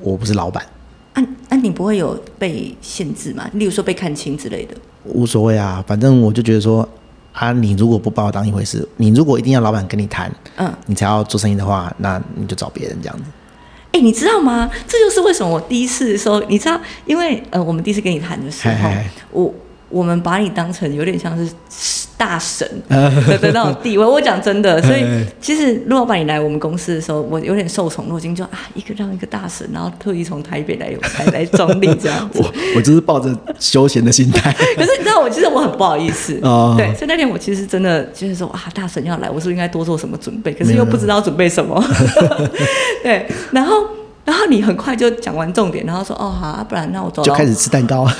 S1: 我不是老板，
S2: 啊啊，你不会有被限制吗？例如说被看清之类的。
S1: 无所谓啊，反正我就觉得说啊，你如果不把我当一回事，你如果一定要老板跟你谈，
S2: 嗯，
S1: 你才要做生意的话，那你就找别人这样子。
S2: 哎、你知道吗？这就是为什么我第一次说，你知道，因为呃，我们第一次跟你谈的时候，
S1: 嘿嘿嘿
S2: 我我们把你当成有点像是
S1: (laughs)
S2: 大神的的那种地位。我讲真的，所以
S1: 嗯
S2: 其实陆老板你来我们公司的时候，我有点受宠若惊，就啊，一个让一个大神，然后特意从台北来来来中立这样子。
S1: 我我就是抱着休闲的心态，
S2: (laughs) 可是你知道，我其实我很不好意思，
S1: 哦
S2: 对，所以那天我其实真的就是说，哇，啊大神要来，我是不是应该多做什么准备？可是
S1: 没有
S2: 又不知道准备
S1: (laughs)
S2: 什么， (laughs) 对，然后然后你很快就讲完重点，然后说，哦，好、啊，不然那我走
S1: (laughs)
S2: 了。
S1: 就开始吃蛋 (laughs) 糕。
S2: (laughs)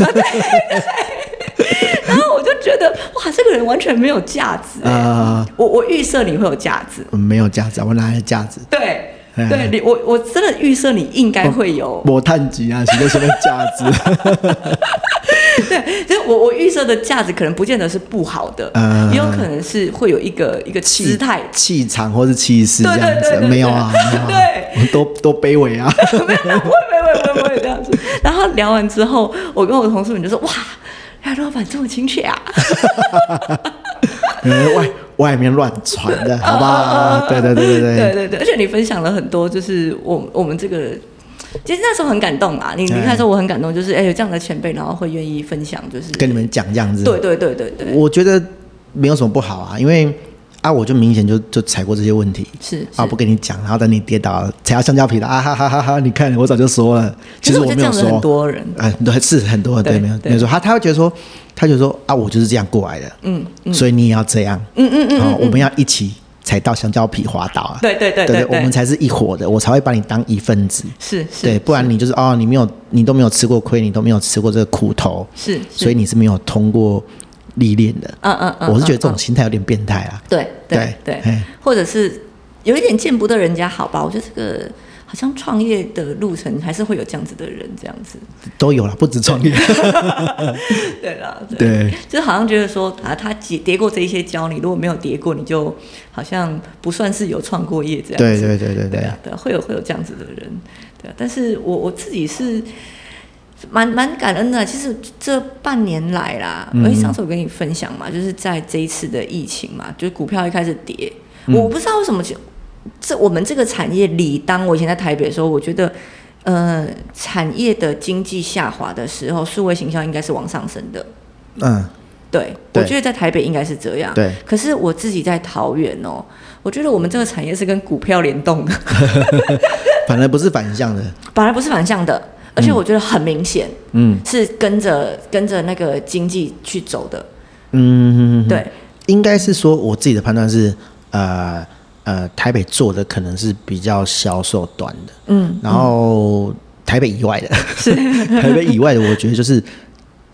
S2: 然后我就觉得，哇，这个人完全没有价值、欸
S1: 啊
S2: 我我预设你会有价值，
S1: 嗯没有价值啊，我哪来的价值？
S2: 对。
S1: 嗯
S2: 对你，我我真的预设你应该会有，
S1: 我探级啊，什么什么价值？
S2: 对，就是我我预设的价值可能不见得是不好的，
S1: 嗯
S2: 也有可能是会有一个一个姿态，
S1: 气场或是气势这样
S2: 对对对
S1: 子，
S2: 对
S1: 没有啊，没有啊
S2: (laughs) 对，
S1: (laughs) 我多多卑微啊。
S2: 没有，没有不会，不会，不会，不会这样子。然后聊完之后，我跟我同事们就说：“哇，原来老板这么亲切啊
S1: 嗯外外面乱传的，
S2: 哦
S1: 好吧？对对！”对对
S2: 对
S1: 对，
S2: 对对，而且你分享了很多，就是我我们这个，其实那时候很感动啊。你离开的时候我很感动，就是哎、有这样的前辈，然后会愿意分享，就是
S1: 跟你们讲这样子。
S2: 对对对对对，
S1: 我觉得没有什么不好啊，因为啊，我就明显就就踩过这些问题。
S2: 是是
S1: 啊，不跟你讲，然后等你跌倒了踩到香蕉皮了，啊哈哈哈哈！你看我早就说了，其
S2: 可是
S1: 实
S2: 我觉
S1: 没
S2: 得这
S1: 有
S2: 样子
S1: 说。
S2: 很多人，
S1: 啊，很多是很多
S2: 对
S1: 对，没有
S2: 对
S1: 没有错。他他会觉得说，他就说啊，我就是这样过来的，
S2: 嗯，
S1: 所以你也要这样，
S2: 嗯嗯嗯
S1: 哦，我们要一起踩到香蕉皮滑倒啊，
S2: 对对对
S1: 对
S2: 对，
S1: 我们才是一伙的，我才会把你当一份子，
S2: 是是，
S1: 对，不然你就是哦，你没有你都没有吃过亏，你都没有吃过这个苦头，
S2: 是，是
S1: 所以你是没有通过历练的。
S2: 嗯嗯嗯，
S1: 我是觉得
S2: 嗯
S1: 这种
S2: 嗯
S1: 心态有点变态啊啦，
S2: 对对
S1: 对
S2: 对
S1: 嘿，
S2: 或者是有一点见不得人家好吧？我觉得这个好像创业的路程还是会有这样子的人，这样子。
S1: 都有啦，不止创业，
S2: 对啦，对，
S1: 对
S2: (laughs) 就是好像觉得说啊，他跌跌过这一些跤，你如果没有跌过，你就好像不算是有创过业这
S1: (laughs)
S2: 样子。
S1: 对对对对对
S2: 对啊，，对啊，会有会有这样子的人，对啊。但是我我自己是蛮蛮感恩的。其实这半年来啦，
S1: 嗯
S2: 因为上次我跟你分享嘛，就是在这一次的疫情嘛，就是股票一开始跌，
S1: 嗯
S2: 我不知道为什么就这我们这个产业，理当我以前在台北的时候，我觉得。呃，产业的经济下滑的时候，数位行销应该是往上升的。
S1: 嗯，
S2: 对，
S1: 对
S2: 我觉得在台北应该是这样。
S1: 对，
S2: 可是我自己在桃园哦，我觉得我们这个产业是跟股票联动的。
S1: 反而不是反向的，
S2: 本来不是反向的，而且我觉得很明显、
S1: 嗯
S2: 是跟着跟着那个经济去走的。
S1: 嗯，
S2: 对，
S1: 应该是说我自己的判断是，呃呃，台北做的可能是比较销售端的，
S2: 嗯，
S1: 然后台北以外的， (laughs) 台北以外的，我觉得就是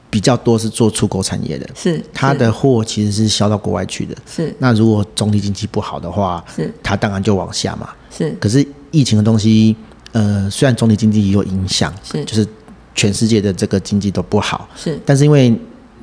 S1: 比较多是做出口产业的，
S2: 是
S1: 它的货其实是销到国外去的。
S2: 是
S1: 那如果总体经济不好的话，
S2: 是
S1: 它当然就往下嘛。
S2: 是
S1: 可是疫情的东西，呃，虽然总体经济也有影响，
S2: 是
S1: 就是全世界的这个经济都不好，
S2: 是
S1: 但是因为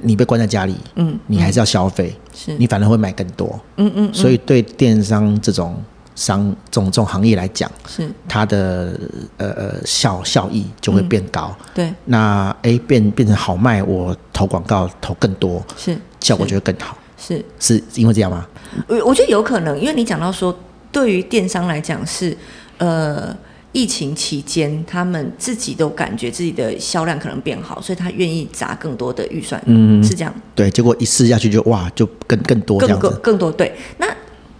S1: 你被关在家里，嗯，你还是要消费，
S2: 是
S1: 你反而会买更多，
S2: 嗯嗯，
S1: 所以对电商这种商这种这种行业来讲，
S2: 是
S1: 它的呃呃效效益就
S2: 嗯
S1: 会变高。
S2: 对，
S1: 那哎、诶变变成好卖，我投广告投更多，
S2: 是
S1: 效果就会更好，
S2: 是，
S1: 是因为这样吗？
S2: 我我觉得有可能，因为你讲到说，对于电商来讲是，呃，疫情期间他们自己都感觉自己的销量可能变好，所以他愿意砸更多的预算，嗯，是这样，
S1: 对，结果一试下去就哇，就更更多这
S2: 更
S1: 样
S2: 更
S1: 子。
S2: 更多对，那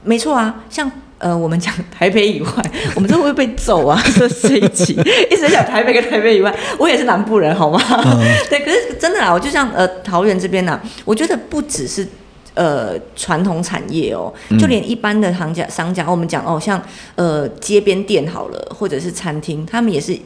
S2: 没错啊，像。呃，我们讲 (laughs) 台北以外，我们这会不会被揍啊？ (laughs) 这这一集一直在讲台北跟台北以外，我也是南部人，好吗？
S1: 嗯
S2: (laughs) 对，可是真的啦，我就像呃桃园这边呢、我觉得不只是呃传统产业哦，
S1: 嗯
S2: 就连一般的行家商家，我们讲哦，像呃街边店好了，或者是餐厅，他们也是疫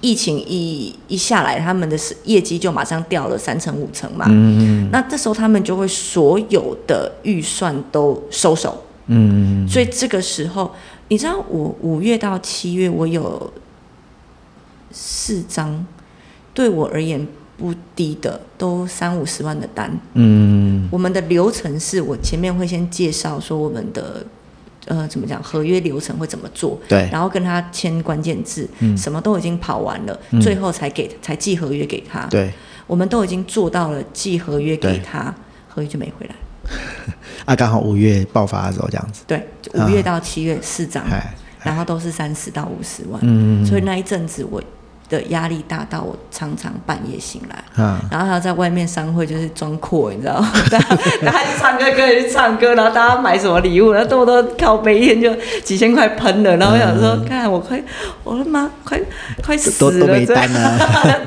S2: 疫情一一下来，他们的是业绩就马上掉了三成五成嘛。嗯那这时候他们就会所有的预算都收手。嗯，所以这个时候，你知道我五月到七月，我有四张对我而言不低的，都三五十万的单。
S1: 嗯，
S2: 我们的流程是我前面会先介绍说我们的呃怎么讲合约流程会怎么做，
S1: 对
S2: 然后跟他签关键字，什么都已经跑完了，最后才给才寄合约给他。
S1: 对
S2: 我们都已经做到了寄合约给
S1: 对
S2: 他，合约就没回来。
S1: 啊，刚好五月爆发的时候这样子，
S2: 对，五月到七月四张，
S1: 哎，
S2: 然后都是三十到五十万，
S1: 嗯
S2: 所以那一阵子我的压力大到我常常半夜醒来。
S1: 啊，
S2: 然后还要在外面商会就是装阔，你知道吗？ (laughs) 大家大家去唱歌跟人去唱歌，然后大家买什么礼物，然后多么多靠背一天就几千块喷了，然后我想说，看我快，我的妈，快快死
S1: 嗯都
S2: 了，
S1: 都没
S2: 这
S1: 单啊，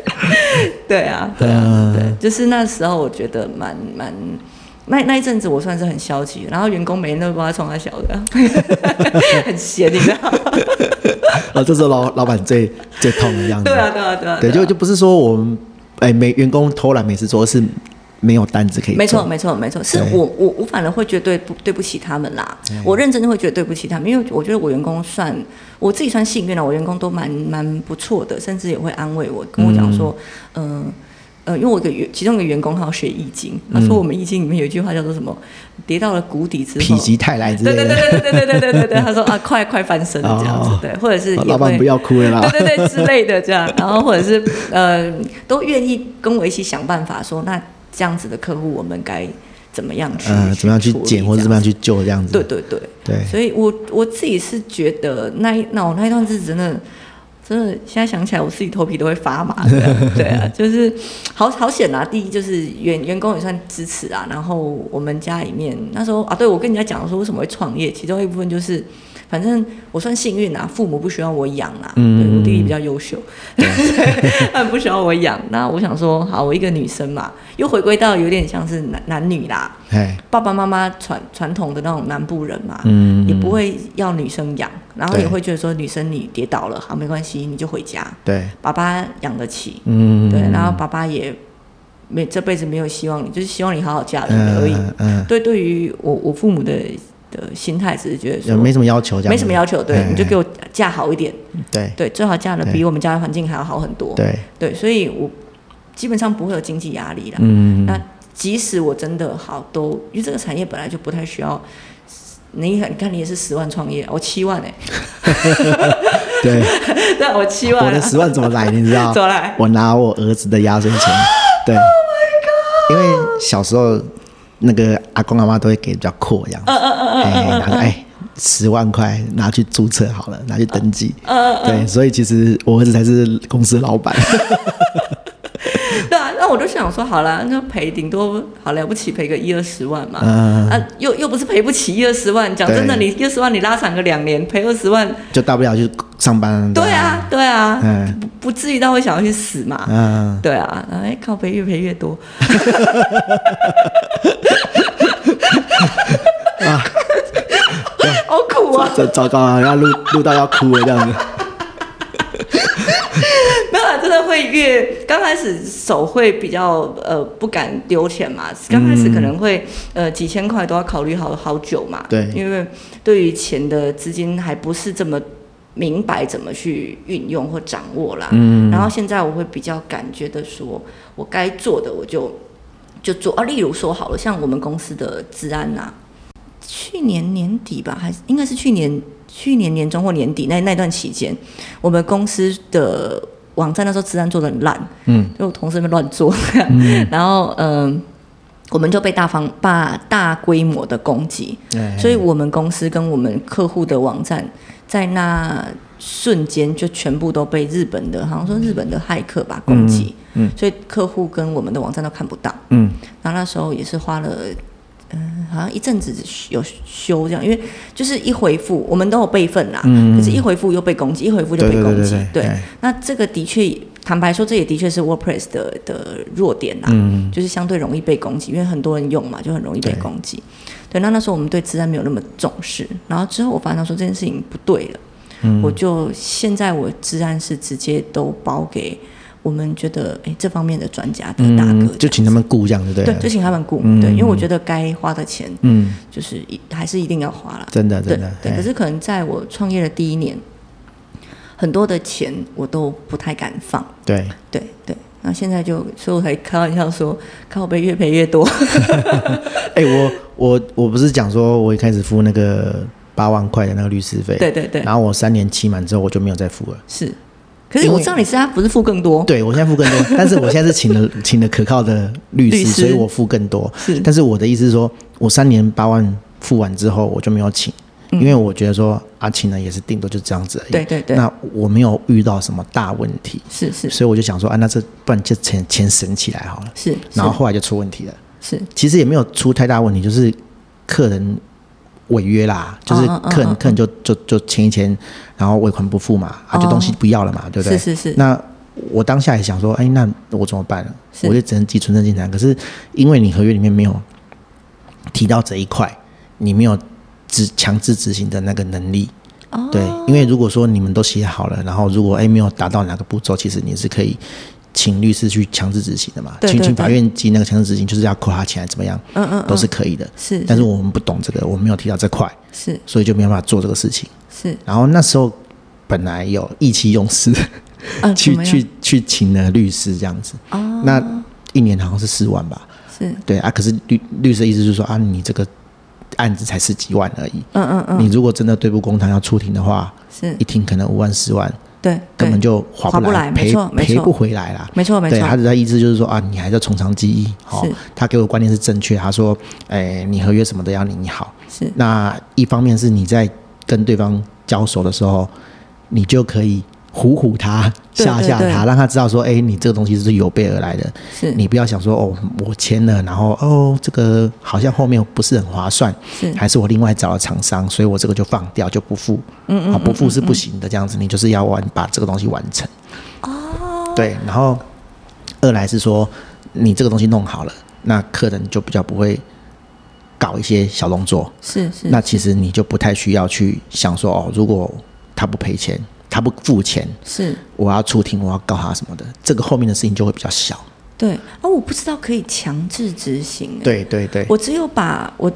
S2: (laughs) 对啊，对
S1: 嗯
S2: 啊，对，就是那时候我觉得蛮蛮。那那一阵子我算是很消极，然后员工每天都把他冲他小的， (laughs) 很闲，你知道？
S1: 哦，这时候老老板最最痛的样子
S2: (laughs) 对。啊，对啊，对啊，
S1: 对，
S2: 啊
S1: 就就不是说我们哎没员工偷懒没事做，而是没有单子可以做。
S2: 没错，没错，没错，是
S1: 对
S2: 我我我反而会觉得对不对不起他们啦，我认真的会觉得对不起他们，因为我觉得我员工算我自己算幸运了，我员工都蛮蛮不错的，甚至也会安慰我，跟我讲说，嗯。呃因为我有个员，其中一个员工他要学易经，他说我们易经里面有一句话叫做什么？跌到了谷底之
S1: 嗯否
S2: 后，
S1: 极泰来之
S2: 对
S1: 类
S2: 对
S1: 的。
S2: 对对对对对对对对，他说啊，快快翻身了这样子
S1: 哦，
S2: 对，或者是也
S1: 哦
S2: 会
S1: 老板不要哭了啦。
S2: 对对对之类的这样，然后或者是呃，都愿意跟我一起想办法说，那这样子的客户我们该怎么样去、
S1: 嗯，怎么样去
S2: 处理
S1: 捡或者怎么样去救这样子？
S2: 这样子？对对对，
S1: 对
S2: 所以我我自己是觉得那一那我那一段日子真的。真的，现在想起来，我自己头皮都会发麻的。对啊，就是好好险啊！第一就是员员工也算支持啊，然后我们家里面那时候啊，对我跟人家讲说为什么会创业，其中一部分就是，反正我算幸运啊，父母不需要我养啊，对我弟弟比较优秀， (laughs) 他们不需要我养。那我想说，好，我一个女生嘛，又回归到有点像是男男女啦，
S1: 哎，
S2: 爸爸妈妈传传统的那种南部人嘛，
S1: 嗯
S2: 也不会要女生养，然后
S1: 对
S2: 也会觉得说女生你跌倒了，好没关系，你就回家，
S1: 对，
S2: 爸爸养得起，
S1: 嗯，
S2: 对，然后爸爸也没这辈子没有希望你，就是希望你好好嫁人啊而已。
S1: 嗯嗯，
S2: 对，对于我我父母的的心态，只是觉得
S1: 也
S2: 说
S1: 没什么要求，这样
S2: 没什么要求，对，
S1: 嗯
S2: 你就给我嫁好一点，
S1: 求，对
S2: 对，最好嫁的比
S1: 对
S2: 我们家的环境还要好很多，
S1: 对，
S2: 对，所以我基本上不会有经济压力啦。
S1: 嗯，
S2: 那即使我真的好都，因为这个产业本来就不太需要。你看，你看，你也是十万创业，我七万 (laughs) 哎、 (laughs)
S1: 对，
S2: 欸，对，我七万、啊，
S1: 我的十万怎么来？你知
S2: (laughs)
S1: 道？
S2: 怎么来
S1: 我拿我儿子的压岁
S2: (laughs)
S1: 钱，对，
S2: Oh
S1: 因为小时候那个阿公阿妈都会给比较阔这样
S2: 嗯
S1: 子，哎，拿着哎十万块拿去注册好了，拿去登记，
S2: 嗯
S1: 对，所以其实我儿子才是公司老
S2: (laughs)
S1: 板，
S2: 对啊，那我就想说，好啦，那赔顶多好了不起赔个一二十万嘛，
S1: 嗯
S2: 啊，又又不是赔不起一二十万，讲真的，
S1: 对
S2: 你一二十万你拉长个两年赔二十万，
S1: 就大不了去上班，
S2: 对，啊，对啊，
S1: 嗯
S2: 不不至于到会想要去死嘛，
S1: 嗯，
S2: 对啊，哎，靠赔越赔越多， (laughs) 好苦啊！
S1: 这糟糕啊，要录录到要哭了这样
S2: (laughs)
S1: 子，
S2: 没有啦，真的会越刚开始手会比较呃不敢丢钱嘛，刚开始可能会、呃几千块都要考虑好好久嘛，
S1: 对
S2: 因为对于钱的资金还不是这么。明白怎么去运用或掌握啦，嗯，然后现在我会比较感觉得说，我该做的我就就做啊，例如说好了，像我们公司的治安啊呐、去年年底吧，还是应该是去年去年年中或年底那那段期间，我们公司的网站那时候治安做的很烂，
S1: 嗯，
S2: 就我同事们乱做， (laughs) 然后嗯、我们就被大方大大规模的攻击，
S1: 哎
S2: 所以我们公司跟我们客户的网站在那瞬间就全部都被日本的，好像说日本的骇客吧攻击，
S1: 嗯
S2: 所以客户跟我们的网站都看不到。
S1: 嗯
S2: 然后那时候也是花了，嗯、好像一阵子有修这样，因为就是一回复我们都有备份啦，
S1: 嗯
S2: 可是一回复又被攻击，一回复就被
S1: 对对对
S2: 攻击。
S1: 对对哎
S2: 那这个的确，坦白说，这也的确是 WordPress 的的弱点啦，
S1: 嗯
S2: 就是相对容易被攻击，因为很多人用嘛，就很容易被
S1: 对
S2: 攻击。对，那那时候我们对治安没有那么重视，然后之后我发现说这件事情不对了，
S1: 嗯
S2: 我就现在我治安是直接都包给我们觉得哎这方面的专家的大哥这样子、
S1: 嗯，就请他们顾这样就对了。
S2: 对，就请他们雇，
S1: 嗯
S2: 对，因为我觉得该花的钱
S1: 嗯，
S2: 就是一还是一定要花了，
S1: 真的
S2: 对
S1: 真的，
S2: 对。
S1: 哎
S2: 可是可能在我创业的第一年，很多的钱我都不太敢放，
S1: 哎对，
S2: 对对。然后现在就，所以我才开玩笑说，靠背越赔越多，
S1: 哎、我我我不是讲说我一开始付那个八万块的那个律师费，
S2: 对对对，
S1: 然后我三年期满之后我就没有再付了。
S2: 是。可是
S1: 因为
S2: 我知道你是他不是付更多，
S1: 对，我现在付更多，但是我现在是请了请了可靠的律师，
S2: 律师
S1: 所以我付更多。
S2: 是
S1: 但是我的意思是说，我三年八万付完之后，我就没有请，因为我觉得说啊，请了也是顶多就这样子而已。
S2: 嗯对对对
S1: 那我没有遇到什么大问题，
S2: 是是
S1: 所以我就想说，啊，那这不然就钱钱省起来好了。
S2: 是，
S1: 然后后来就出问题了，
S2: 是
S1: 其实也没有出太大问题，就是客人违约啦，就是
S2: 嗯嗯
S1: 客人
S2: 嗯嗯
S1: 客人就就就签一签，然后尾款不付嘛，啊，就东西不要了嘛，对不对？
S2: 是是是，
S1: 那我当下也想说，哎，那我怎么办呢？
S2: 是
S1: 我就只能寄存证进来。可是因为你合约里面没有提到这一块，你没有执强制执行的那个能力。
S2: 哦
S1: 对，因为如果说你们都写好了，然后如果哎没有达到哪个步骤，其实你是可以请律师去强制执行的嘛，
S2: 对
S1: 请
S2: 对
S1: 请
S2: 对
S1: 法院寄那个强制执行，就是要扣他钱，怎么样，
S2: 嗯嗯嗯
S1: 都是可以的。
S2: 是
S1: 但是我们不懂这个，我们没有提到这块，
S2: 是
S1: 所以就没有办法做这个事情。
S2: 是，
S1: 然后那时候本来有意气用事，
S2: (laughs) 嗯，
S1: 去
S2: 怎么样
S1: 去去请了律师这样子。
S2: 哦，
S1: 那一年好像是四万吧？
S2: 是，
S1: 对啊，可是律律师的意思就是说啊，你这个案子才十几万而已，
S2: 嗯嗯嗯，
S1: 你如果真的对簿公堂要出庭的话，
S2: 是
S1: 一庭可能五万十万，
S2: 对，
S1: 根本
S2: 对
S1: 就划
S2: 划不
S1: 来，
S2: 来没
S1: 赔
S2: 错没错
S1: 赔不回来啦。
S2: 没错没
S1: 对，
S2: 错
S1: 他，的意思就是说啊，你还在从长计议。哦
S2: 是，
S1: 他给我观念是正确。他说，哎，你合约什么的要你好。
S2: 是
S1: 那一方面是你在跟对方交手的时候，你就可以唬唬他、
S2: 对
S1: 吓吓
S2: 对
S1: 他，
S2: 对
S1: 让他知道说，哎，你这个东西是有备而来的。
S2: 是
S1: 你不要想说哦，我签了，然后哦，这个好像后面不是很划算，
S2: 是
S1: 还是我另外找了厂商，所以我这个就放掉就不付，嗯嗯啊，不付是不行的，这样子你就是要完把这个东西完成，哦，对，然后二来是说你这个东西弄好了，那客人就比较不会搞一些小动作，
S2: 是是，
S1: 那其实你就不太需要去想说哦，如果他不赔钱，他不付钱，
S2: 是
S1: 我要出庭，我要告他什么的，这个后面的事情就会比较小。
S2: 对哦，我不知道可以强制执行。，欸
S1: 对对对，
S2: 我只有把我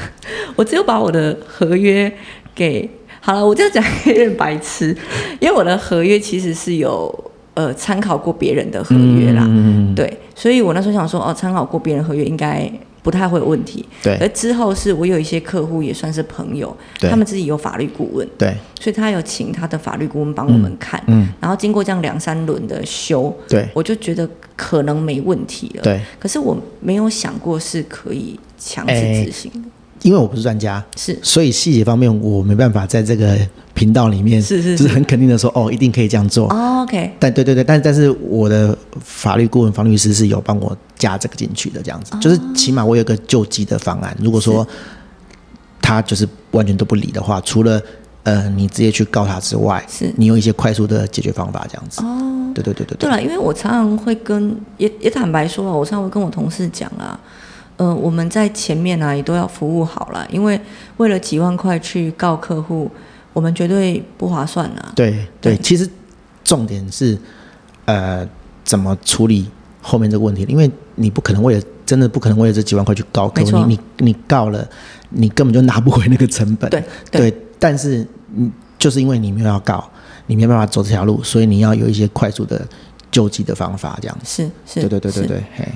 S2: (laughs) 我只有把我的合约给好了，我这样讲 (laughs) 有点白痴，因为我的合约其实是有呃参考过别人的合约啦，
S1: 嗯，
S2: 对，所以我那时候想说哦，参考过别人合约应该。不太会有问题，
S1: 对
S2: 而之后是我有一些客户也算是朋友，
S1: 对
S2: 他们自己有法律顾问，
S1: 对
S2: 所以他有请他的法律顾问帮我们看，
S1: 嗯嗯
S2: 然后经过这样两三轮的修，
S1: 对
S2: 我就觉得可能没问题了。，
S1: 对，
S2: 可是我没有想过是可以强
S1: 哎
S2: 制执行的，
S1: 因为我不是专家，
S2: 是
S1: 所以细节方面我没办法在这个频道里面，
S2: 是是
S1: 就是是很肯定的说，哦，一定可以这样做。
S2: 哦，OK，
S1: 但对对对，但但是我的法律顾问方律师是有帮我加这个进去的，这样子，就是起码我有个救济的方案。如果说他就是完全都不理的话，除了呃你直接去告他之外，
S2: 是
S1: 你有一些快速的解决方法，这样子。哦，对对对对
S2: 对了，因为我常常会跟也也坦白说啊，我常常会跟我同事讲啊，呃，我们在前面啊也都要服务好了，因为为了几万块去告客户，我们绝对不划算啊。
S1: 对对，
S2: 对
S1: 其实重点是呃怎么处理后面这个问题，因为你不可能为了真的不可能为了这几万块去告客
S2: 没
S1: 户，
S2: 错
S1: 你你你告了，你根本就拿不回那个成本。
S2: 对对
S1: 但是你就是因为你没有要告，你没有办法走这条路，所以你要有一些快速的救济的方法，这样子。
S2: 是是，
S1: 对对对对
S2: 是
S1: 对，嘿，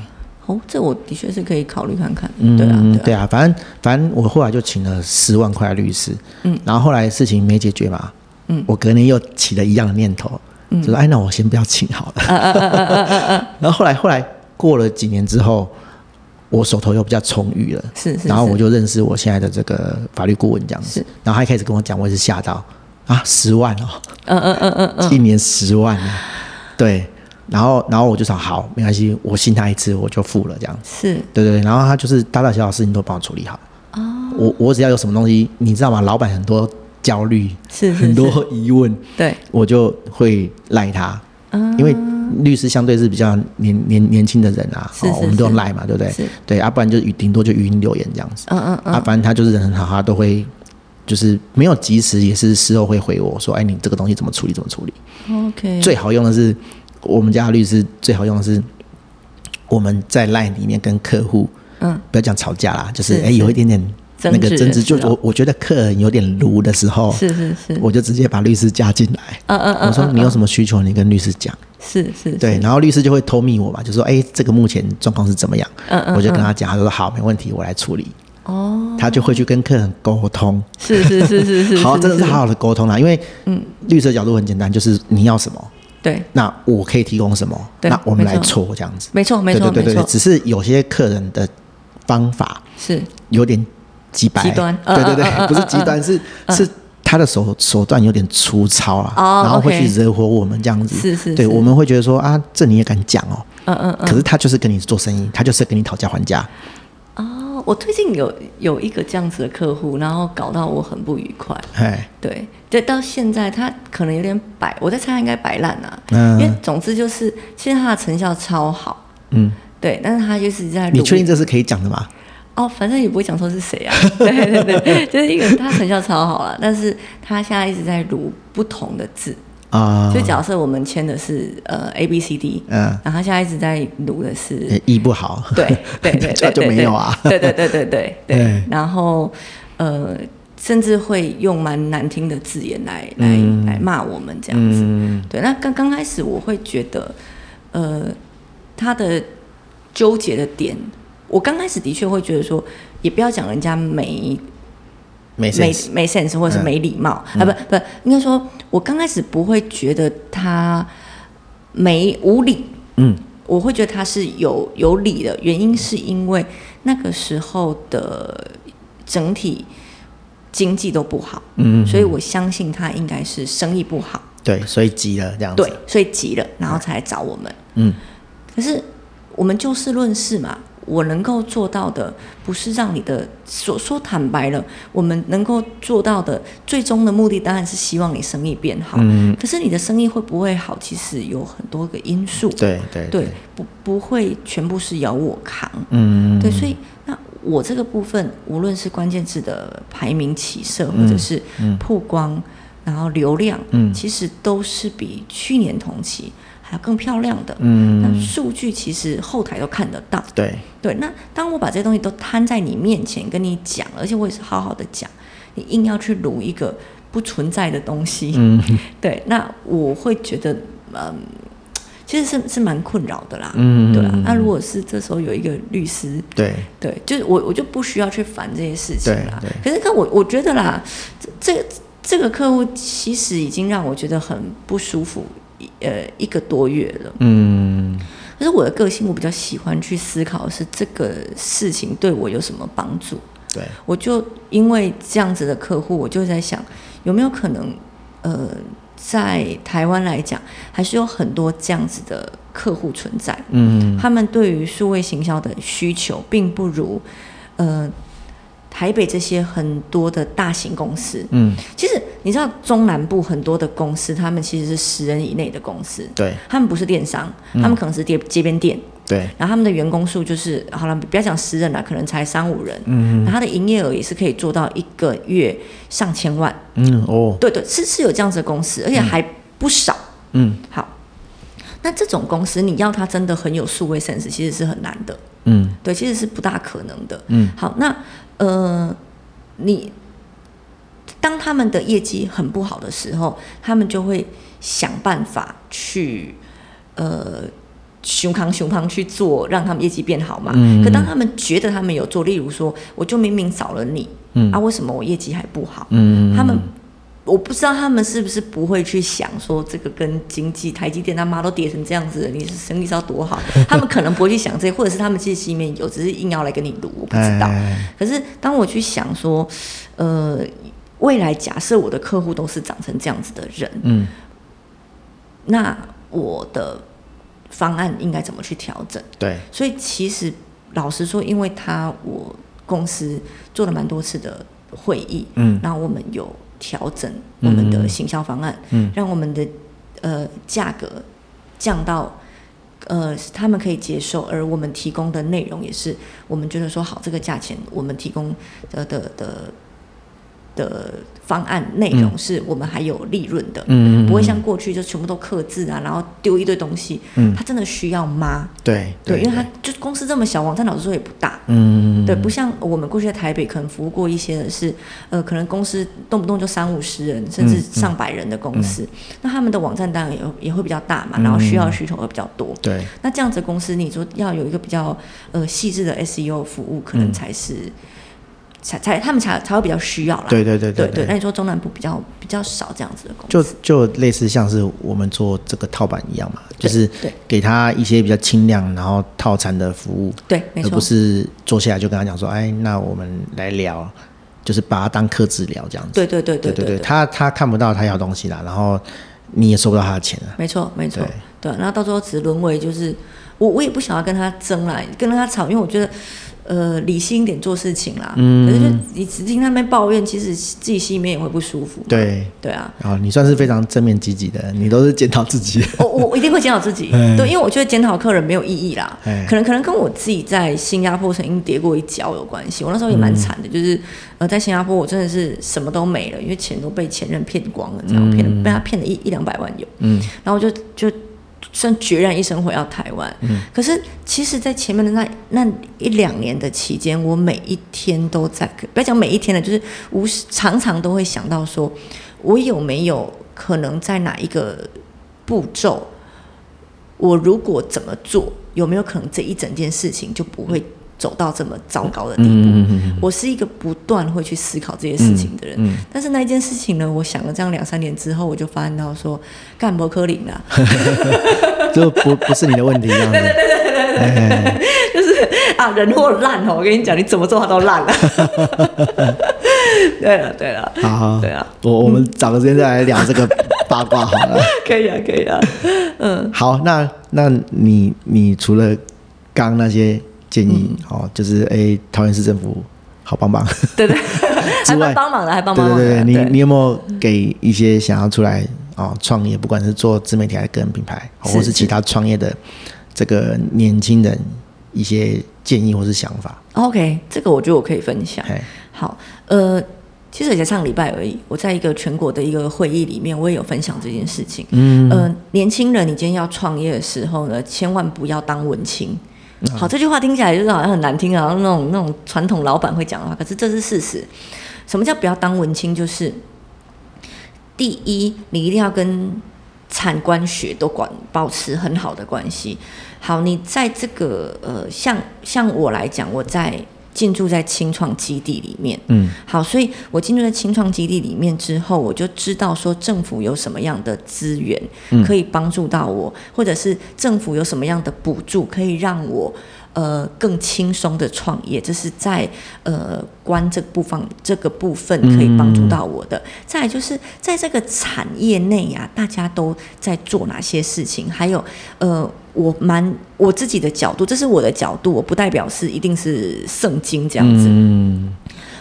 S2: 哦，这我的确是可以考虑看看。对啊，对
S1: 对
S2: 啊，
S1: 啊，反正反正我后来就请了十万块的律师，
S2: 嗯，
S1: 然后后来事情没解决嘛，嗯，我隔年又起了一样的念头，嗯，就说哎，那我先不要请好
S2: 啊
S1: 了， (laughs) 然后后来后来过了几年之后，我手头又比较充裕了，
S2: 是是。
S1: 然后我
S2: 是
S1: 就认识我现在的这个法律顾问这样子
S2: 是，
S1: 然后他一开始跟我讲，我也是吓到啊，十万哦，
S2: 嗯嗯嗯嗯
S1: (laughs)
S2: 嗯，
S1: 一年十万啊，对，然后然后我就说好，没关系，我信他一次，我就付了这样子。
S2: 是
S1: 对对，对然后他就是大大小小事情都帮我处理好。
S2: 哦
S1: 我我只要有什么东西，你知道吗？老板很多焦虑，
S2: 是是
S1: 很多疑问，
S2: 对，
S1: 我就会赖他，
S2: 哦
S1: 因为律师相对是比较年年年轻的人啊，
S2: 是是
S1: 我们都
S2: 是
S1: 赖嘛，对不对
S2: 是？
S1: 对，啊，不然就语顶多就语音留言这样子。
S2: 嗯嗯嗯，
S1: 啊，反正他就是人很好，他都会就是没有及时，也是事后会回我说，哎，你这个东西怎么处理？怎么处理？
S2: 嗯 OK，
S1: 最好用的是我们家的律师最好用的是我们在 LINE 里面跟客户，
S2: 嗯，
S1: 不要讲吵架啦，就是
S2: 是
S1: 哎、有一点点
S2: 争
S1: 那个
S2: 执
S1: 争执，
S2: 的
S1: 就
S2: 时候
S1: 我我觉得客人有点卢的时候，
S2: 是是是，
S1: 我就直接把律师加进来。
S2: 嗯嗯嗯，
S1: 我说
S2: 嗯
S1: 你有什么需求，你跟律师讲。
S2: 是是，
S1: 对，
S2: 是，
S1: 然后律师就会偷密我嘛，就说哎、这个目前状况是怎么样？
S2: 嗯嗯
S1: 我就跟他讲，他就说好，没问题，我来处理。
S2: 哦，
S1: 他就会去跟客人沟通，
S2: 是是是是是，
S1: 好，真的是好，好的沟通啦。因为嗯，律师的角度很简单，就是你要什么，
S2: 对，
S1: 那我可以提供什么，
S2: 对
S1: 那我们
S2: 没
S1: 来
S2: 错
S1: 搓这样子。
S2: 没错没错
S1: 对对
S2: 没
S1: 对对，
S2: 错，
S1: 只是有些客人的方法
S2: 是
S1: 有点极白，
S2: 极端嗯
S1: 对对
S2: 嗯嗯嗯
S1: 对，不是极端，是是他的手手段有点粗糙啊，
S2: 呃哦
S1: 然后会
S2: OK
S1: 去惹火我们这样子，
S2: 是是
S1: 对
S2: 是
S1: 我们会觉得说啊，这你也敢讲哦，
S2: 嗯嗯嗯。
S1: 可是他就是跟你做生意，他就是跟你讨价还价，
S2: 哦，我最近有有一个这样子的客户，然后搞到我很不愉快。
S1: 哎，
S2: 对，对，到现在他可能有点摆，我在猜他应该摆烂啊了、因为
S1: 嗯
S2: 总之就是，其实他的成效超好，
S1: 嗯，
S2: 对，但是他就是在
S1: 你
S2: 录
S1: 确定这是可以讲的吗？
S2: 哦，反正也不会讲说是谁啊， (laughs) 对对对，就是一个他成效超好了，但是他现在一直在录不同的字，
S1: 啊
S2: 就，假设我们签的是呃 A B C D，
S1: 嗯
S2: 然后他现在一直在录的是
S1: 哎意不好， (laughs)
S2: 对对对
S1: 这
S2: 对，
S1: 就
S2: 对
S1: 没有啊
S2: 对对对对对对
S1: 哎。
S2: 然后呃，甚至会用蛮难听的字眼来来、来骂我们这样子。
S1: 嗯，
S2: 对，那刚刚开始我会觉得，呃，他的纠结的点，我刚开始的确会觉得说，也不要讲人家没
S1: 没
S2: 没
S1: sense
S2: 没 sense 或者是
S1: 嗯
S2: 没礼貌、啊，不不，应该说，我刚开始不会觉得他没无理，
S1: 嗯，
S2: 我会觉得他是有有理的，原因是因为那个时候的整体经济都不好，
S1: 嗯
S2: 所以我相信他应该是生意不好，
S1: 对，所以急了这样子，
S2: 对，所以急了，然后才来找我们。
S1: 嗯，
S2: 可是我们就事论事嘛，我能够做到的不是让你的说说坦白了，我们能够做到的最终的目的当然是希望你生意变好。
S1: 嗯，
S2: 可是你的生意会不会好，其实有很多个因素。
S1: 对对
S2: 对，不不会全部是由我扛。
S1: 嗯，
S2: 对，所以那我这个部分，无论是关键字的排名起色，或者是曝光，然后流量，
S1: 嗯
S2: 其实都是比去年同期还要更漂亮的。
S1: 嗯，
S2: 那数据其实后台都看得到。
S1: 对，
S2: 对，那当我把这些东西都摊在你面前跟你讲，而且我也是好好的讲，你硬要去撸一个不存在的东西，
S1: 嗯，
S2: (laughs) 对，那我会觉得，嗯，其实是是蛮困扰的啦，
S1: 嗯
S2: 对啊。那如果是这时候有一个律师，
S1: 对，
S2: 对，就是我我就不需要去烦这些事情啦
S1: 对。
S2: 可是看我我觉得啦，这这这个客户其实已经让我觉得很不舒服，一呃，一个多月了。
S1: 嗯，
S2: 可是我的个性，我比较喜欢去思考是这个事情对我有什么帮助。
S1: 对，
S2: 我就因为这样子的客户，我就在想有没有可能，呃，在台湾来讲，还是有很多这样子的客户存在。
S1: 嗯，
S2: 他们对于数位行销的需求，并不如呃台北这些很多的大型公司。
S1: 嗯，
S2: 其实你知道，中南部很多的公司，他们其实是十人以内的公司，
S1: 对
S2: 他们不是电商，他们可能是街街边店。
S1: 对，
S2: 然后他们的员工数就是好了，不要讲十人了，可能才三五人。嗯，然后他的营业额也是可以做到一个月上千万。
S1: 嗯哦，
S2: 对对，是是有这样子的公司，而且还不少。
S1: 嗯
S2: 好，那这种公司你要它真的很有数位 sense，其实是很难的。
S1: 嗯
S2: 对，其实是不大可能的。
S1: 嗯，
S2: 好，那呃，你当他们的业绩很不好的时候，他们就会想办法去呃熊康熊康去做，让他们业绩变好嘛。可当他们觉得他们有做，例如说，我就明明找了你，啊，为什么我业绩还不好？
S1: 嗯
S2: 他们我不知道他们是不是不会去想说这个跟经济，台积电他妈都跌成这样子了，你是生意是要多好？他们可能不会去想这些，或者是他们其实心里面有，只是硬要来跟你撸，我不知道。
S1: 哎
S2: 可是当我去想说，呃，未来假设我的客户都是长成这样子的人，
S1: 嗯，
S2: 那我的方案应该怎么去调整？
S1: 对，
S2: 所以其实老实说，因为他我公司做了蛮多次的会议，
S1: 嗯
S2: 然后我们有调整我们的行销方案，
S1: 嗯
S2: 让我们的呃价格降到。呃，他们可以接受，而我们提供的内容也是我们觉得说好这个价钱，我们提供的的的的方案内容是我们还有利润的，
S1: 嗯，
S2: 不会像过去就全部都克制啊，然后丢一堆东西，
S1: 嗯
S2: 他真的需要吗？
S1: 对
S2: 对，因为它就是公司这么小，网站老实说也不大，
S1: 嗯，
S2: 对，不像我们过去在台北可能服务过一些的是，呃，可能公司动不动就三五十人，甚
S1: 嗯
S2: 至上百人的公司，那他们的网站当然也也会比较大
S1: 嗯
S2: 嘛，然后需要的需求会比较多。
S1: 对，
S2: 那这样子的公司，你说要有一个比较呃细致的 SEO 服务，可能才是、才才他们才才会比较需要啦。
S1: 嗯对对对
S2: 对
S1: 对
S2: 那。你说中南部比较比较少这样子的公司，
S1: 就就类似像是我们做这个套版一样嘛，就
S2: 对
S1: 是
S2: 对
S1: 给他一些比较轻量，然后套餐的服务，
S2: 对，没
S1: 而
S2: 错
S1: 不，是坐下来就跟他讲说，哎，那我们来聊，就是把它当客治疗这样子。
S2: 对对对
S1: 对
S2: 对
S1: 对，他他看不到他要东西啦，然后你也收不到他的钱啊。
S2: 没错，没错
S1: 对，
S2: 对。然后到最后只沦为就是我，我也不想要跟他争啦，跟他吵，因为我觉得，呃，理性一点做事情啦。嗯。可是就你只听他们抱怨，其实自己心里面也会不舒服。
S1: 对，
S2: 对啊，
S1: 然后你算是非常正面积极的，你都是检讨自
S2: (laughs)
S1: 己。
S2: 我我我一定会检讨
S1: (laughs)
S2: 自己，对，因为我觉得检讨客人没有意义啦
S1: 哎，
S2: 可能可能跟我自己在新加坡曾经跌过一跤有关系。我那时候
S1: 嗯
S2: 也蛮惨的，就是呃，在新加坡我真的是什么都没了，因为钱都被前任骗光了，这样骗了被他骗了一一两百万有，
S1: 嗯
S2: 然后我就就算决然一生回到台湾。
S1: 嗯
S2: 可是其实，在前面的那那一两年的期间，我每一天都在，不要讲每一天了，就是无时常常都会想到说，我有没有可能在哪一个步骤，我如果怎么做，有没有可能这一整件事情就不会走到这么糟糕的地步？
S1: 嗯嗯
S2: 我是一个不断会去思考这些事情的人，但是那一件事情呢，我想了这样两三年之后，我就发现到说，干伯克林啊，
S1: 嗯，就不不是你的问题这样子。
S2: (laughs) 啊，人或烂哦，我跟你讲，你怎么做他都烂了。 (laughs) 对了，对了，
S1: 好好，
S2: 对啊，
S1: 我我们找个时间再来聊这个八卦好
S2: (laughs)
S1: 了。
S2: 可以啊，可以啊。
S1: 好，那那你你除了刚刚那些建议，
S2: 嗯
S1: 哦，就是哎，桃园市政府好棒棒
S2: 对对，还
S1: 之外
S2: 蛮，帮忙的，还帮
S1: 对
S2: 忙
S1: 对对，
S2: 的。
S1: 你你有没
S2: 嗯
S1: 有给一些想要出来哦创业，不管是做自媒体还是个人品牌，哦
S2: 是
S1: 或是其
S2: 是
S1: 他创业的这个年轻人一些建议或是想法？
S2: OK，这个我觉得我可以分享。
S1: 哎，
S2: 好，呃，其实也才上礼拜而已，我在一个全国的一个会议里面，我也有分享这件事情。嗯，呃，年轻人，你今天要创业的时候呢，千万不要当文青。好，这句话听起来就是好像很难听，好像那种那种传统老板会讲的话，可是这是事实。什么叫不要当文青？就是第一，你一定要跟产官学都管保持很好的关系。好，你在这个呃，像像我来讲，我在进驻在青创基地里面，
S1: 嗯，
S2: 好，所以我进入了青创基地里面之后，我就知道说政府有什么样的资源可以帮助到我，或者是政府有什么样的补助可以让我呃更轻松的创业，这是在呃关这个部分这个部分可以帮助到我的。再来就是在这个产业内啊，大家都在做哪些事情，还有呃。我蛮我自己的角度，这是我的角度，我不代表是一定是圣经这样子。
S1: 嗯，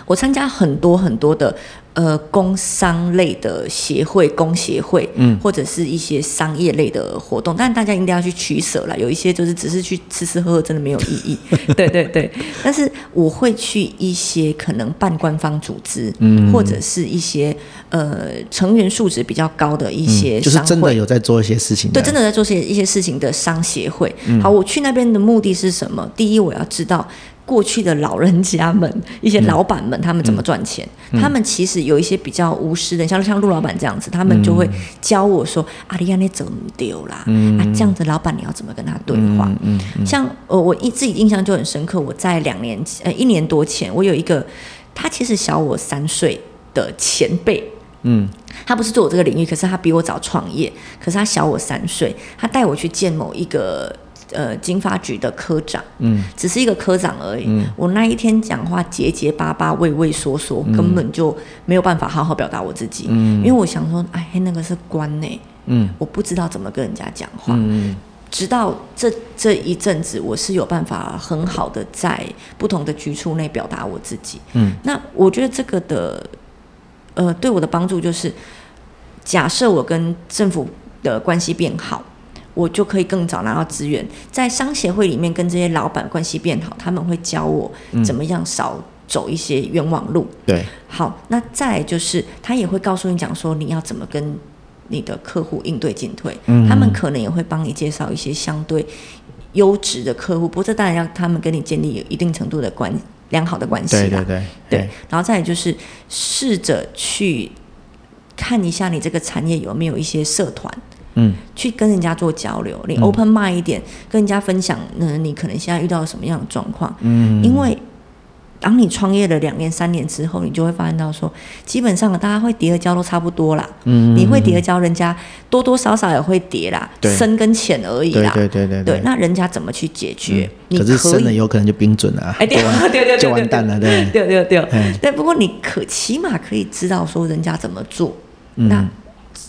S2: 我参加很多很多的呃工商类的协会、工协会，
S1: 嗯
S2: 或者是一些商业类的活动，但大家一定要去取舍啦。有一些就是只是去吃吃喝喝，真的没有意
S1: (laughs)
S2: 义。对对对，但是我会去一些可能半官方组织，嗯，或者是一些呃成员素质比较高的一些
S1: 嗯就是
S2: 商
S1: 真
S2: 会
S1: 的。有在做一些事情，
S2: 对，真的在做些一些事情的商协会。好，我去那边的目的是什么？第一，我要知道过去的老人家们、一些老板们，他们怎么赚钱？他们其实有一些比较无私的，像像陆老板这样子，他们就会教我说：“啊，你安你走不丢啦，啊，这样子老板你要怎么跟他对话？”像呃，我一自己印象就很深刻，我在两年前呃一年多前，我有一个他其实小我三岁的前辈，
S1: 嗯
S2: 他不是做我这个领域，可是他比我早创业，可是他小我三岁，他带我去见某一个呃经发局的科长，
S1: 嗯，
S2: 只是一个科长而已。我那一天讲话结结巴巴、畏畏缩缩，
S1: 嗯
S2: 根本就没有办法好好表达我自己，因为我想说，哎，那个是官呢、
S1: 嗯
S2: 我不知道怎么跟人家讲话。
S1: 嗯
S2: 直到这这一阵子，我是有办法很好的在不同的局处内表达我自己。
S1: 嗯，
S2: 那我觉得这个的，呃，对我的帮助就是，假设我跟政府的关系变好，我就可以更早拿到资源。在商协会里面跟这些老板关系变好，他们会教我
S1: 嗯
S2: 怎么样少走一些冤枉路。
S1: 对，
S2: 好，那再来就是他也会告诉你讲说你要怎么跟你的客户应对进退，
S1: 嗯
S2: 他们可能也会帮你介绍一些相对优质的客户，不过这当然要他们跟你建立有一定程度的关良好的关系啦。
S1: 对对对
S2: 啊对，然后再来就是试着去看一下你这个产业有没有一些社团，
S1: 嗯
S2: 去跟人家做交流，你 open mind 一点，跟人家分享，嗯，你可能现在遇到什么样的状况，
S1: 嗯，
S2: 因为当你创业了两年、三年之后，你就会发现到说，基本上大家会叠的胶都差不多啦。
S1: 嗯
S2: 你会叠的胶，人家多多少少也会叠啦，
S1: 对
S2: 深跟浅而已
S1: 对
S2: 啦。
S1: 对对对嗯
S2: 对那人家怎么去解决？你
S1: 可是
S2: 可
S1: 生了
S2: 以。
S1: 有可能就冰准了啊，
S2: 哎，对
S1: (laughs) 就完
S2: 对对对，
S1: 就完蛋了，对，
S2: 对对对
S1: 哎
S2: 对，不过你可起码可以知道说人家怎么做，
S1: 嗯
S2: 那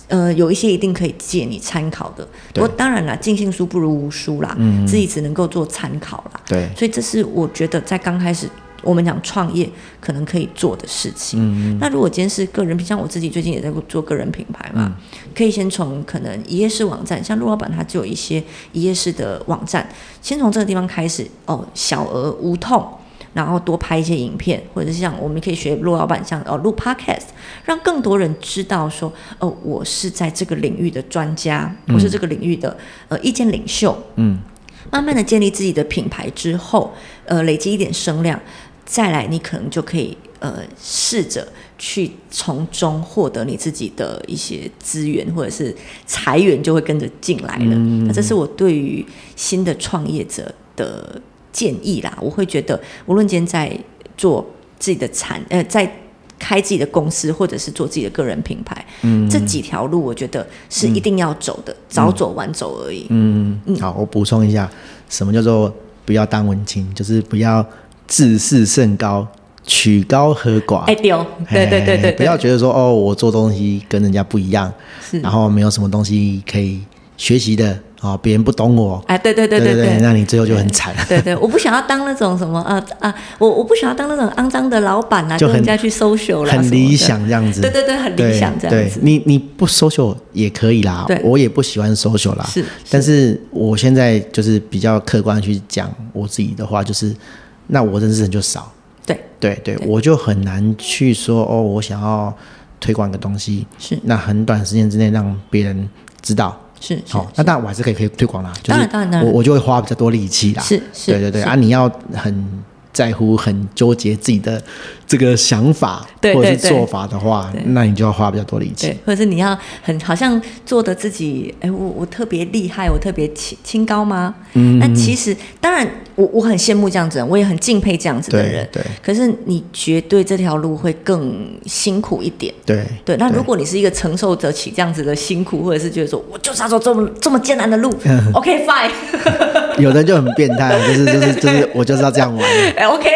S2: 呃有一些一定可以借你参考的。不过当然啦，尽信书不如无书啦，自己只能够做参考啦。
S1: 嗯对
S2: 所以这是我觉得在刚开始我们讲创业可能可以做的事情。那如果今天是个人品，像我自己最近也在做个人品牌嘛，可以先从可能一页式网站，像陆老板他就有一些一页式的网站，先从这个地方开始哦，小额无痛。然后多拍一些影片，或者是像我们可以学陆老板像哦录 podcast，让更多人知道说，哦，我是在这个领域的专家，我是这个领域的呃意见领袖，
S1: 嗯
S2: 慢慢的建立自己的品牌之后，呃，累积一点声量，再来你可能就可以呃试着去从中获得你自己的一些资源或者是财源就会跟着进来了。那这是我对于新的创业者的建议啦。我会觉得，无论今天在做自己的产呃在。开自己的公司，或者是做自己的个人品牌，嗯、这几条路我觉得是一定要走的，早走晚走而已。
S1: 嗯，好，我补充一下，什么叫做不要当文青，就是不要自视甚高，曲高和寡，
S2: 哎、丢，对对对对
S1: 嘿
S2: 对，
S1: 不要觉得说哦，我做东西跟人家不一样，
S2: 是
S1: 然后没有什么东西可以学习的哦，别人不懂我，
S2: 哎，对对对
S1: 对
S2: 对，
S1: 那你最后就很惨，
S2: 对对，我不想要当那种什么啊啊，我我不想要当那种肮脏的老板啊，
S1: 就
S2: 跟
S1: 很
S2: 人家去 social 啦，
S1: 很理，想这样子，
S2: 对对对，很理想这样
S1: 对
S2: 子，
S1: 你你不 social 也可以啦
S2: 对，
S1: 我也不喜欢 social 啦。
S2: 是
S1: 但是我现在就是比较客观地去讲我自己的话，就是那我认识人就少，
S2: 对，
S1: 对对，我就很难去说哦，我想要推广个东西，
S2: 是
S1: 那很短时间之内让别人知道。
S2: 是是
S1: 好、那当然我还是可以可以推广啦，就
S2: 当
S1: 是
S2: 然当然当然
S1: 我我就会花比较多力气啦。
S2: 是是
S1: 对对对
S2: 是
S1: 啊，你要很在乎、很纠结自己的这个想法
S2: 对
S1: 或者
S2: 对
S1: 是
S2: 对
S1: 做法的话
S2: 对，
S1: 那你就要花比较多力气
S2: 对。，或者是你要很好像做的自己，哎，我我特别厉害，我特别清清高吗？嗯，那其实当然，我我很羡慕这样子的人，我也很敬佩这样子的
S1: 对
S2: 人，
S1: 对
S2: 可是你绝对这条路会更辛苦一点。
S1: 对
S2: 对，那如果你是一个承受得起这样子的辛苦，或者是觉得说我就是要走这么这么艰难
S1: (laughs)
S2: 的路
S1: 嗯
S2: ，OK fine，
S1: 有的人就很变态，就是就是就是我就是要这样玩。
S2: 哎 OK，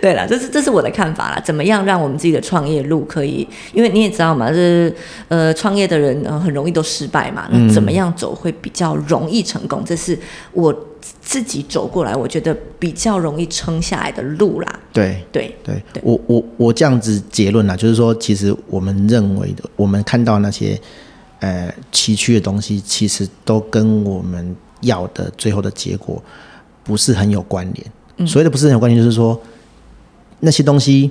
S2: 对
S1: 嗯
S2: (laughs) 了，这是这是我的看法啦。怎么样让我们自己的创业路可以？因为你也知道嘛，就是呃，创业的人、呃、很容易都失败嘛。
S1: 嗯
S2: 那怎么样走会比较容易成功？这是我自己走过来，我觉得比较容易撑下来的路啦。
S1: 对
S2: 对，
S1: 对
S2: 对
S1: 我我我这样子结论啦，就是说，其实我们认为的，我们看到那些呃崎岖的东西，其实都跟我们要的最后的结果不是很有关联。所谓的不是很有关联，就是说那些东西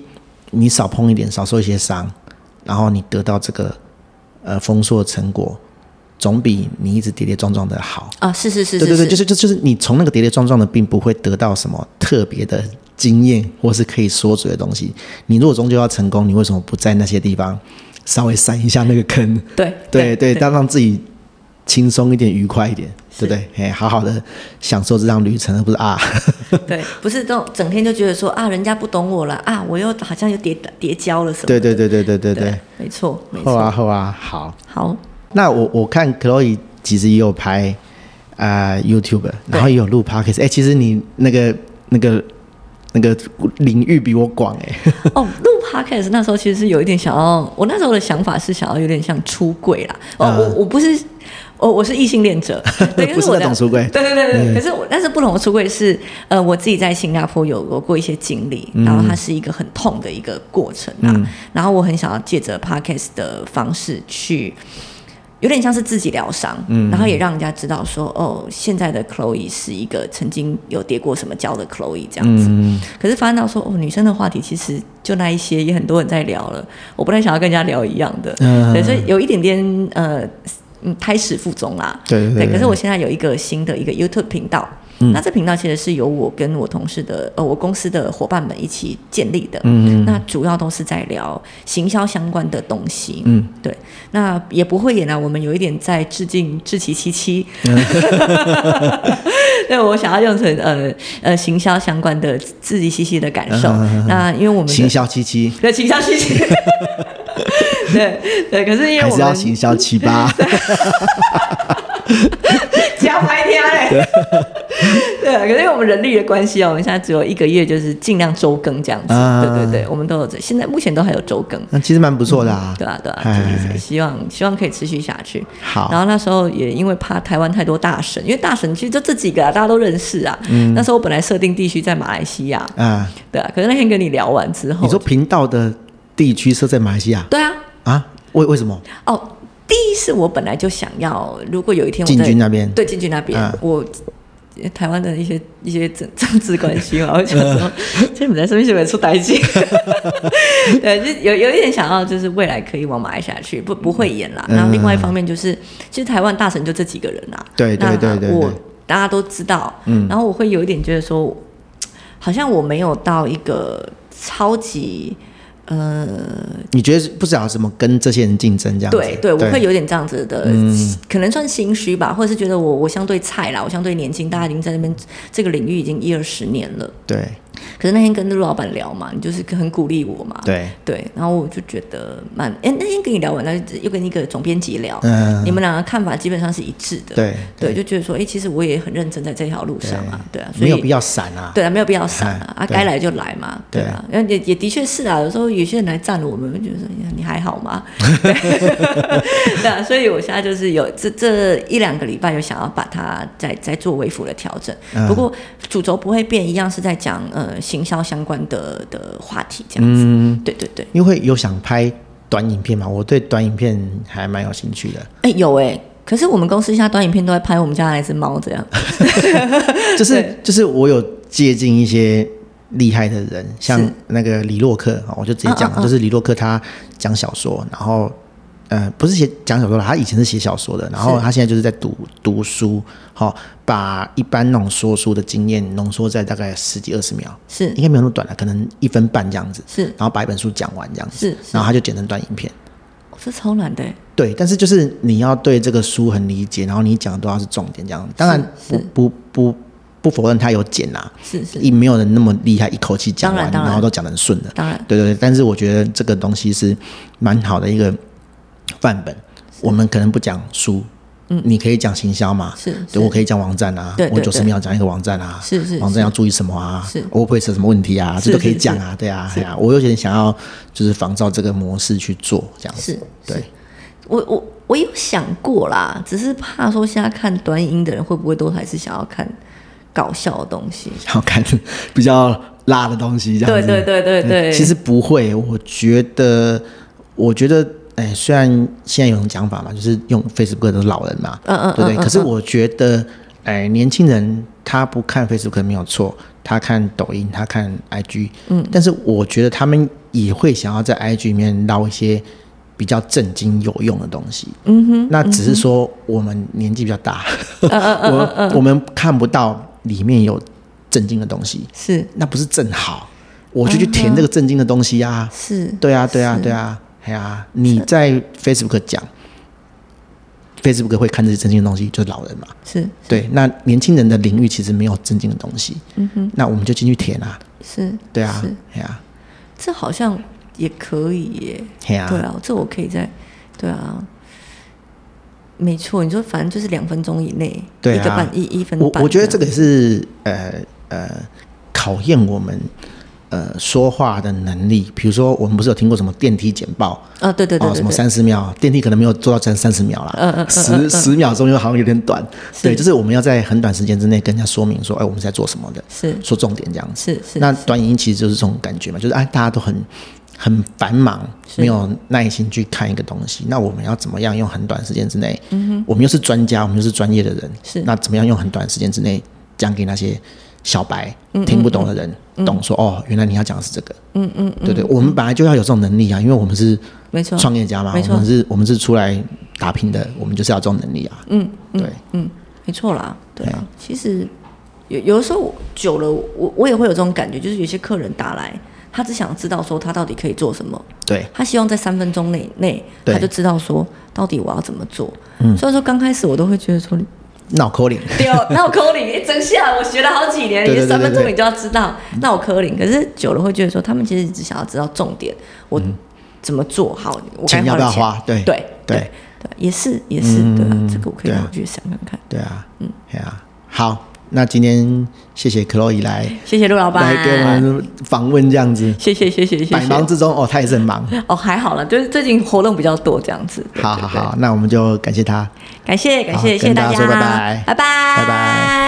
S1: 你少碰一点，少受一些伤，然后你得到这个呃丰硕的成果，总比你一直跌跌撞撞的好。
S2: 啊，是是是是
S1: 对对对，就是是就就是你从那个跌跌撞撞的，并不会得到什么特别的经验或是可以说嘴的东西。你如果终究要成功，你为什么不在那些地方稍微闪一下那个坑？
S2: 对
S1: 对对，当让自己轻松一点、愉快一点，对不对？哎，好好的享受这趟旅程，而不是啊， (laughs)
S2: 对，不是这种整天就觉得说啊，人家不懂我了啊，我又好像又叠叠交了什么。
S1: 对对对对对对对
S2: 对，，没错没
S1: 后啊
S2: 错。
S1: 后啊，好。
S2: 好，
S1: 那我我看 Chloe 其实也有拍啊、呃 YouTube，然后也有录 Podcast。哎、其实你那个那个那个领域比我广哎、
S2: 哦，录 podcast 那时候其实是有一点想要，我那时候的想法是想要有点像出柜啦。哦，我我不是，我我是异性恋者，
S1: (laughs)
S2: 对，
S1: 啊不
S2: 可
S1: 是
S2: 是我
S1: 那种
S2: 的
S1: 出柜
S2: 对对对对，可是我但是不同的出柜是，呃，我自己在新加坡有有过一些经历，然后它是一个很痛的一个过程啊。然后我很想要借着 podcast 的方式去，有点像是自己疗伤，然后也让人家知道说，哦，现在的 Chloe 是一个曾经有跌过什么跤的 Chloe 这样子。
S1: 嗯
S2: 可是发现到说，哦，女生的话题其实就那一些，也很多人在聊了，我不太想要跟人家聊一样的，
S1: 嗯
S2: 对，所以有一点点呃。嗯，胎死腹中啦，
S1: 对对对
S2: 对，可是我现在有一个新的一个 YouTube 频道，那这频道其实是由我跟我同事的呃，我公司的伙伴们一起建立的。嗯那主要都是在聊行销相关的东西。嗯，对。那也不会演啊，我们有一点在致敬志奇七七。 (laughs) 对，我想要用成呃呃行销相关的自己七七的感
S1: 嗯
S2: 受。那因为我们的
S1: 行销七七，
S2: 对行销七七， (laughs) 对对，可是因为
S1: 还
S2: 我
S1: 是要
S2: 们
S1: 行销七八，
S2: (laughs) 加白天
S1: (laughs)
S2: 嘞。对，可是因为我们人力的关系啊，我们现在只有一个月，就是尽量周更这样子。
S1: 啊
S2: 对对对，我们都有这，现在目前都还有周更。
S1: (laughs) 那其实蛮不错的啊。
S2: 对啊，对啊，
S1: 哎
S2: 就是希望希望可以持续下去。然
S1: 好，
S2: 后那时候也因为怕台湾太多大神，因为大神其实就这几个啊，大家都认识啊。
S1: 嗯
S2: 那时候我本来设定地区在马来西亚，
S1: 啊，
S2: 对啊。可是那天跟你聊完之后，
S1: 你说频道的地区设在马来西亚
S2: 对啊，
S1: 啊？为为什么？
S2: 哦，第一是我本来就想要，如果有一天我
S1: 进
S2: 在
S1: 军那边？
S2: 对，进去那边，
S1: 嗯
S2: 我呃台湾的一些一些政 (laughs) 政治关系
S1: (laughs)
S2: 嘛，我就想说，
S1: 嗯
S2: 这本来身边是本出代金， (laughs) 对，就有有一点想要，就是未来可以往马来西亚去，不不会演啦。
S1: 嗯
S2: 然后另外一方面就是，其实台湾大神就这几个人啦，
S1: 对对
S2: 那
S1: 对对对嗯
S2: 我大家都知道，然后我会有一点觉得说，好像我没有到一个超级。呃，
S1: 你觉得不知道怎么跟这些人竞争这样子？嗯
S2: 对对，我会有点这样子的，可能算心虚吧，或者是觉得我我相对菜啦，我相对年轻，大家已经在那边这个领域已经一二十年了。
S1: 对
S2: 可是那天跟陆老板聊嘛，你就是很鼓励我嘛，
S1: 对，
S2: 对，然后我就觉得蛮，哎，那天跟你聊完，那就又跟一个总编辑聊，
S1: 嗯
S2: 你们两个看法基本上是一致的，
S1: 对
S2: 对，就觉得说，哎，其实我也很认真在这条路上啊，对啊，所
S1: 没
S2: 以
S1: 有必要闪啊。
S2: 对啊，没有必要闪啊，
S1: 哎
S2: 啊，
S1: 对
S2: 该来就来嘛，对啊，然后也也的确是啊，有时候有些人来赞我们，会觉得说哎呀你还好
S1: (laughs)
S2: 吗？对对啊，所以我现在就是有这这一两个礼拜有想要把它再再做微幅的调整，
S1: 嗯
S2: 不过主轴不会变，一样是在讲呃行销相关的的话题这样子，
S1: 嗯
S2: 对对对，
S1: 因为有想拍短影片嘛，我对短影片还蛮有兴趣
S2: (laughs)
S1: 的。
S2: 哎有哎、可是我们公司现在短影片都在拍我们家那只猫这样，
S1: 就是
S2: 对
S1: 就是我有借鉴一些厉害的人，像
S2: 是
S1: 那个李洛克啊，我就直接讲，
S2: 嗯嗯嗯
S1: 就是李洛克他讲小说，然后呃不是写讲小说了，他以前是写小说的，然后
S2: 是
S1: 他现在就是在读读书，好、把一般那种说书的经验浓缩在大概十几二十秒，
S2: 是
S1: 应该没有那么短了，可能一分半这样子，
S2: 是
S1: 然后把一本书讲完这样子，
S2: 是是
S1: 然后他就剪成短影片。
S2: 哦这超难的哎、
S1: 对，但是就是你要对这个书很理解，然后你讲的都要是重点这样。当然
S2: 是
S1: 不
S2: 是
S1: 不不不否认他有剪啦、
S2: 是是，
S1: 一没有人那么厉害，一口气讲完，
S2: 当然当然
S1: 后都讲得很顺的。
S2: 当然
S1: 对对对，但是我觉得这个东西是蛮好的一个呃范本。我们可能不讲书，嗯，你可以讲行销嘛，
S2: 是
S1: 对
S2: 是
S1: 我可以讲网站啊，
S2: 对对
S1: 我九十
S2: 对
S1: 秒讲一个网站啊，
S2: 是是
S1: 网站要注意什么啊，
S2: 是
S1: 我会有什么问题啊，这
S2: 是
S1: 都可以
S2: 是
S1: 讲啊，对啊，哎呀，我有点想要就是仿照这个模式去做这样子
S2: 是，
S1: 对，
S2: 我我我有想过啦，只是怕说现在看短影音的人会不会都还是想要看搞笑的东西？
S1: 想要看比较辣的东西这样
S2: 对
S1: 子，
S2: 对对对对，
S1: 嗯其实不会，我觉得，我觉得，哎，虽然现在有种讲法嘛，就是用 Facebook 的老人嘛，
S2: 嗯嗯
S1: 对不对？
S2: 嗯嗯
S1: 可是我觉得，哎，年轻人他不看 Facebook 没有错，他看抖音，他看 IG，嗯，但是我觉得他们也会想要在 IG 里面捞一些比较正经有用的东西。嗯哼，那只是说我们年纪比较大，
S2: 嗯
S1: 我我们看不到里面有正经的东西，
S3: 是
S1: 那不是正好，我就去填这个正经的东西呀、啊。
S3: 是，
S1: 对啊，对啊，对啊，哎呀、你在 Facebook 讲，Facebook 会看这些正经的东西，就是老人嘛。
S3: 是
S1: 对，那年轻人的领域其实没有正经的东西，嗯哼，那我们就进去填啊，
S3: 是，
S1: 对啊
S3: 是，
S1: 哎呀，
S2: 这好像也可以耶。
S1: 嘿呀，
S2: 对啊，这我可以在，对啊，没错，你说反正就是两分钟以内，
S1: 对啊
S2: 一个半一一分
S1: 我
S2: 半样。
S1: 我觉得这个是呃呃考验我们呃说话的能力。比如说，我们不是有听过什么电梯简报
S2: 啊，对对对
S1: 哦，
S2: 对
S1: 什么
S2: 对，嗯
S1: 三十秒，电梯可能没有做到三三十秒啦，十十秒钟又好像有点短。对，就是我们要在很短时间之内跟人家说明说，哎，我们是在做什么的，
S2: 是
S1: 说重点这样子。
S2: 是是，
S1: 那短影音其实就是这种感觉嘛，就是哎，大家都很很繁忙，没有耐心去看一个东西。那我们要怎么样用很短时间之内？我们又是专家，我们又是专业的人，
S2: 嗯是
S1: 那怎么样用很短时间之内讲给那些小白
S2: 嗯
S1: 听不懂的人懂说？哦，原来你要讲的是这个。嗯嗯，对对，我们本来就要有这种能力啊，因为我们是
S2: 没错，
S1: 创业家嘛，
S2: 嗯没错
S1: 我们是我们是出来打拼的，我们就是要这种能力啊。嗯，对，
S2: 没错啦，对啊，其实有有的时候我久了，我我也会有这种感觉，就是有些客人打来，他只想知道说他到底可以做什么，
S1: 对，
S2: 他希望在三分钟内内
S1: 对
S2: 他就知道说到底我要怎么做。所以说刚开始我都会觉得说，
S1: 脑扣零，
S2: 对 (laughs) 哦，那我科林，诶真相，我学了好几年，
S1: 对
S2: 你
S1: 对对
S2: 三分钟
S1: 对对
S2: 你就要知道，那我科林。可是久了会觉得说，他们其实只想要知道重点，我怎么做好，我该
S1: 钱要
S2: 花
S1: 不
S2: 的
S1: 要
S2: 钱，
S1: 花？对，
S2: 嗯对
S1: 对
S2: 对对，也是也是，对啊，这个我可以
S1: 对啊
S2: 回去想想看。
S1: 对啊，嗯，对啊，好，那今天谢谢 Chloe 来
S2: 谢谢陆老板，
S1: 来给我们访问这样子，
S2: 谢谢谢谢谢
S1: 百忙
S2: 谢。
S1: 之中哦，他也是很忙，
S2: 哦，还好了，就是最近活动比较多这样子。对
S1: 好好，好，那我们就感谢他，
S2: 对对感谢感
S1: 好
S2: 谢谢谢
S1: 跟
S2: 大
S1: 大家
S2: 家，
S1: 说拜拜
S2: 拜拜
S1: 拜拜。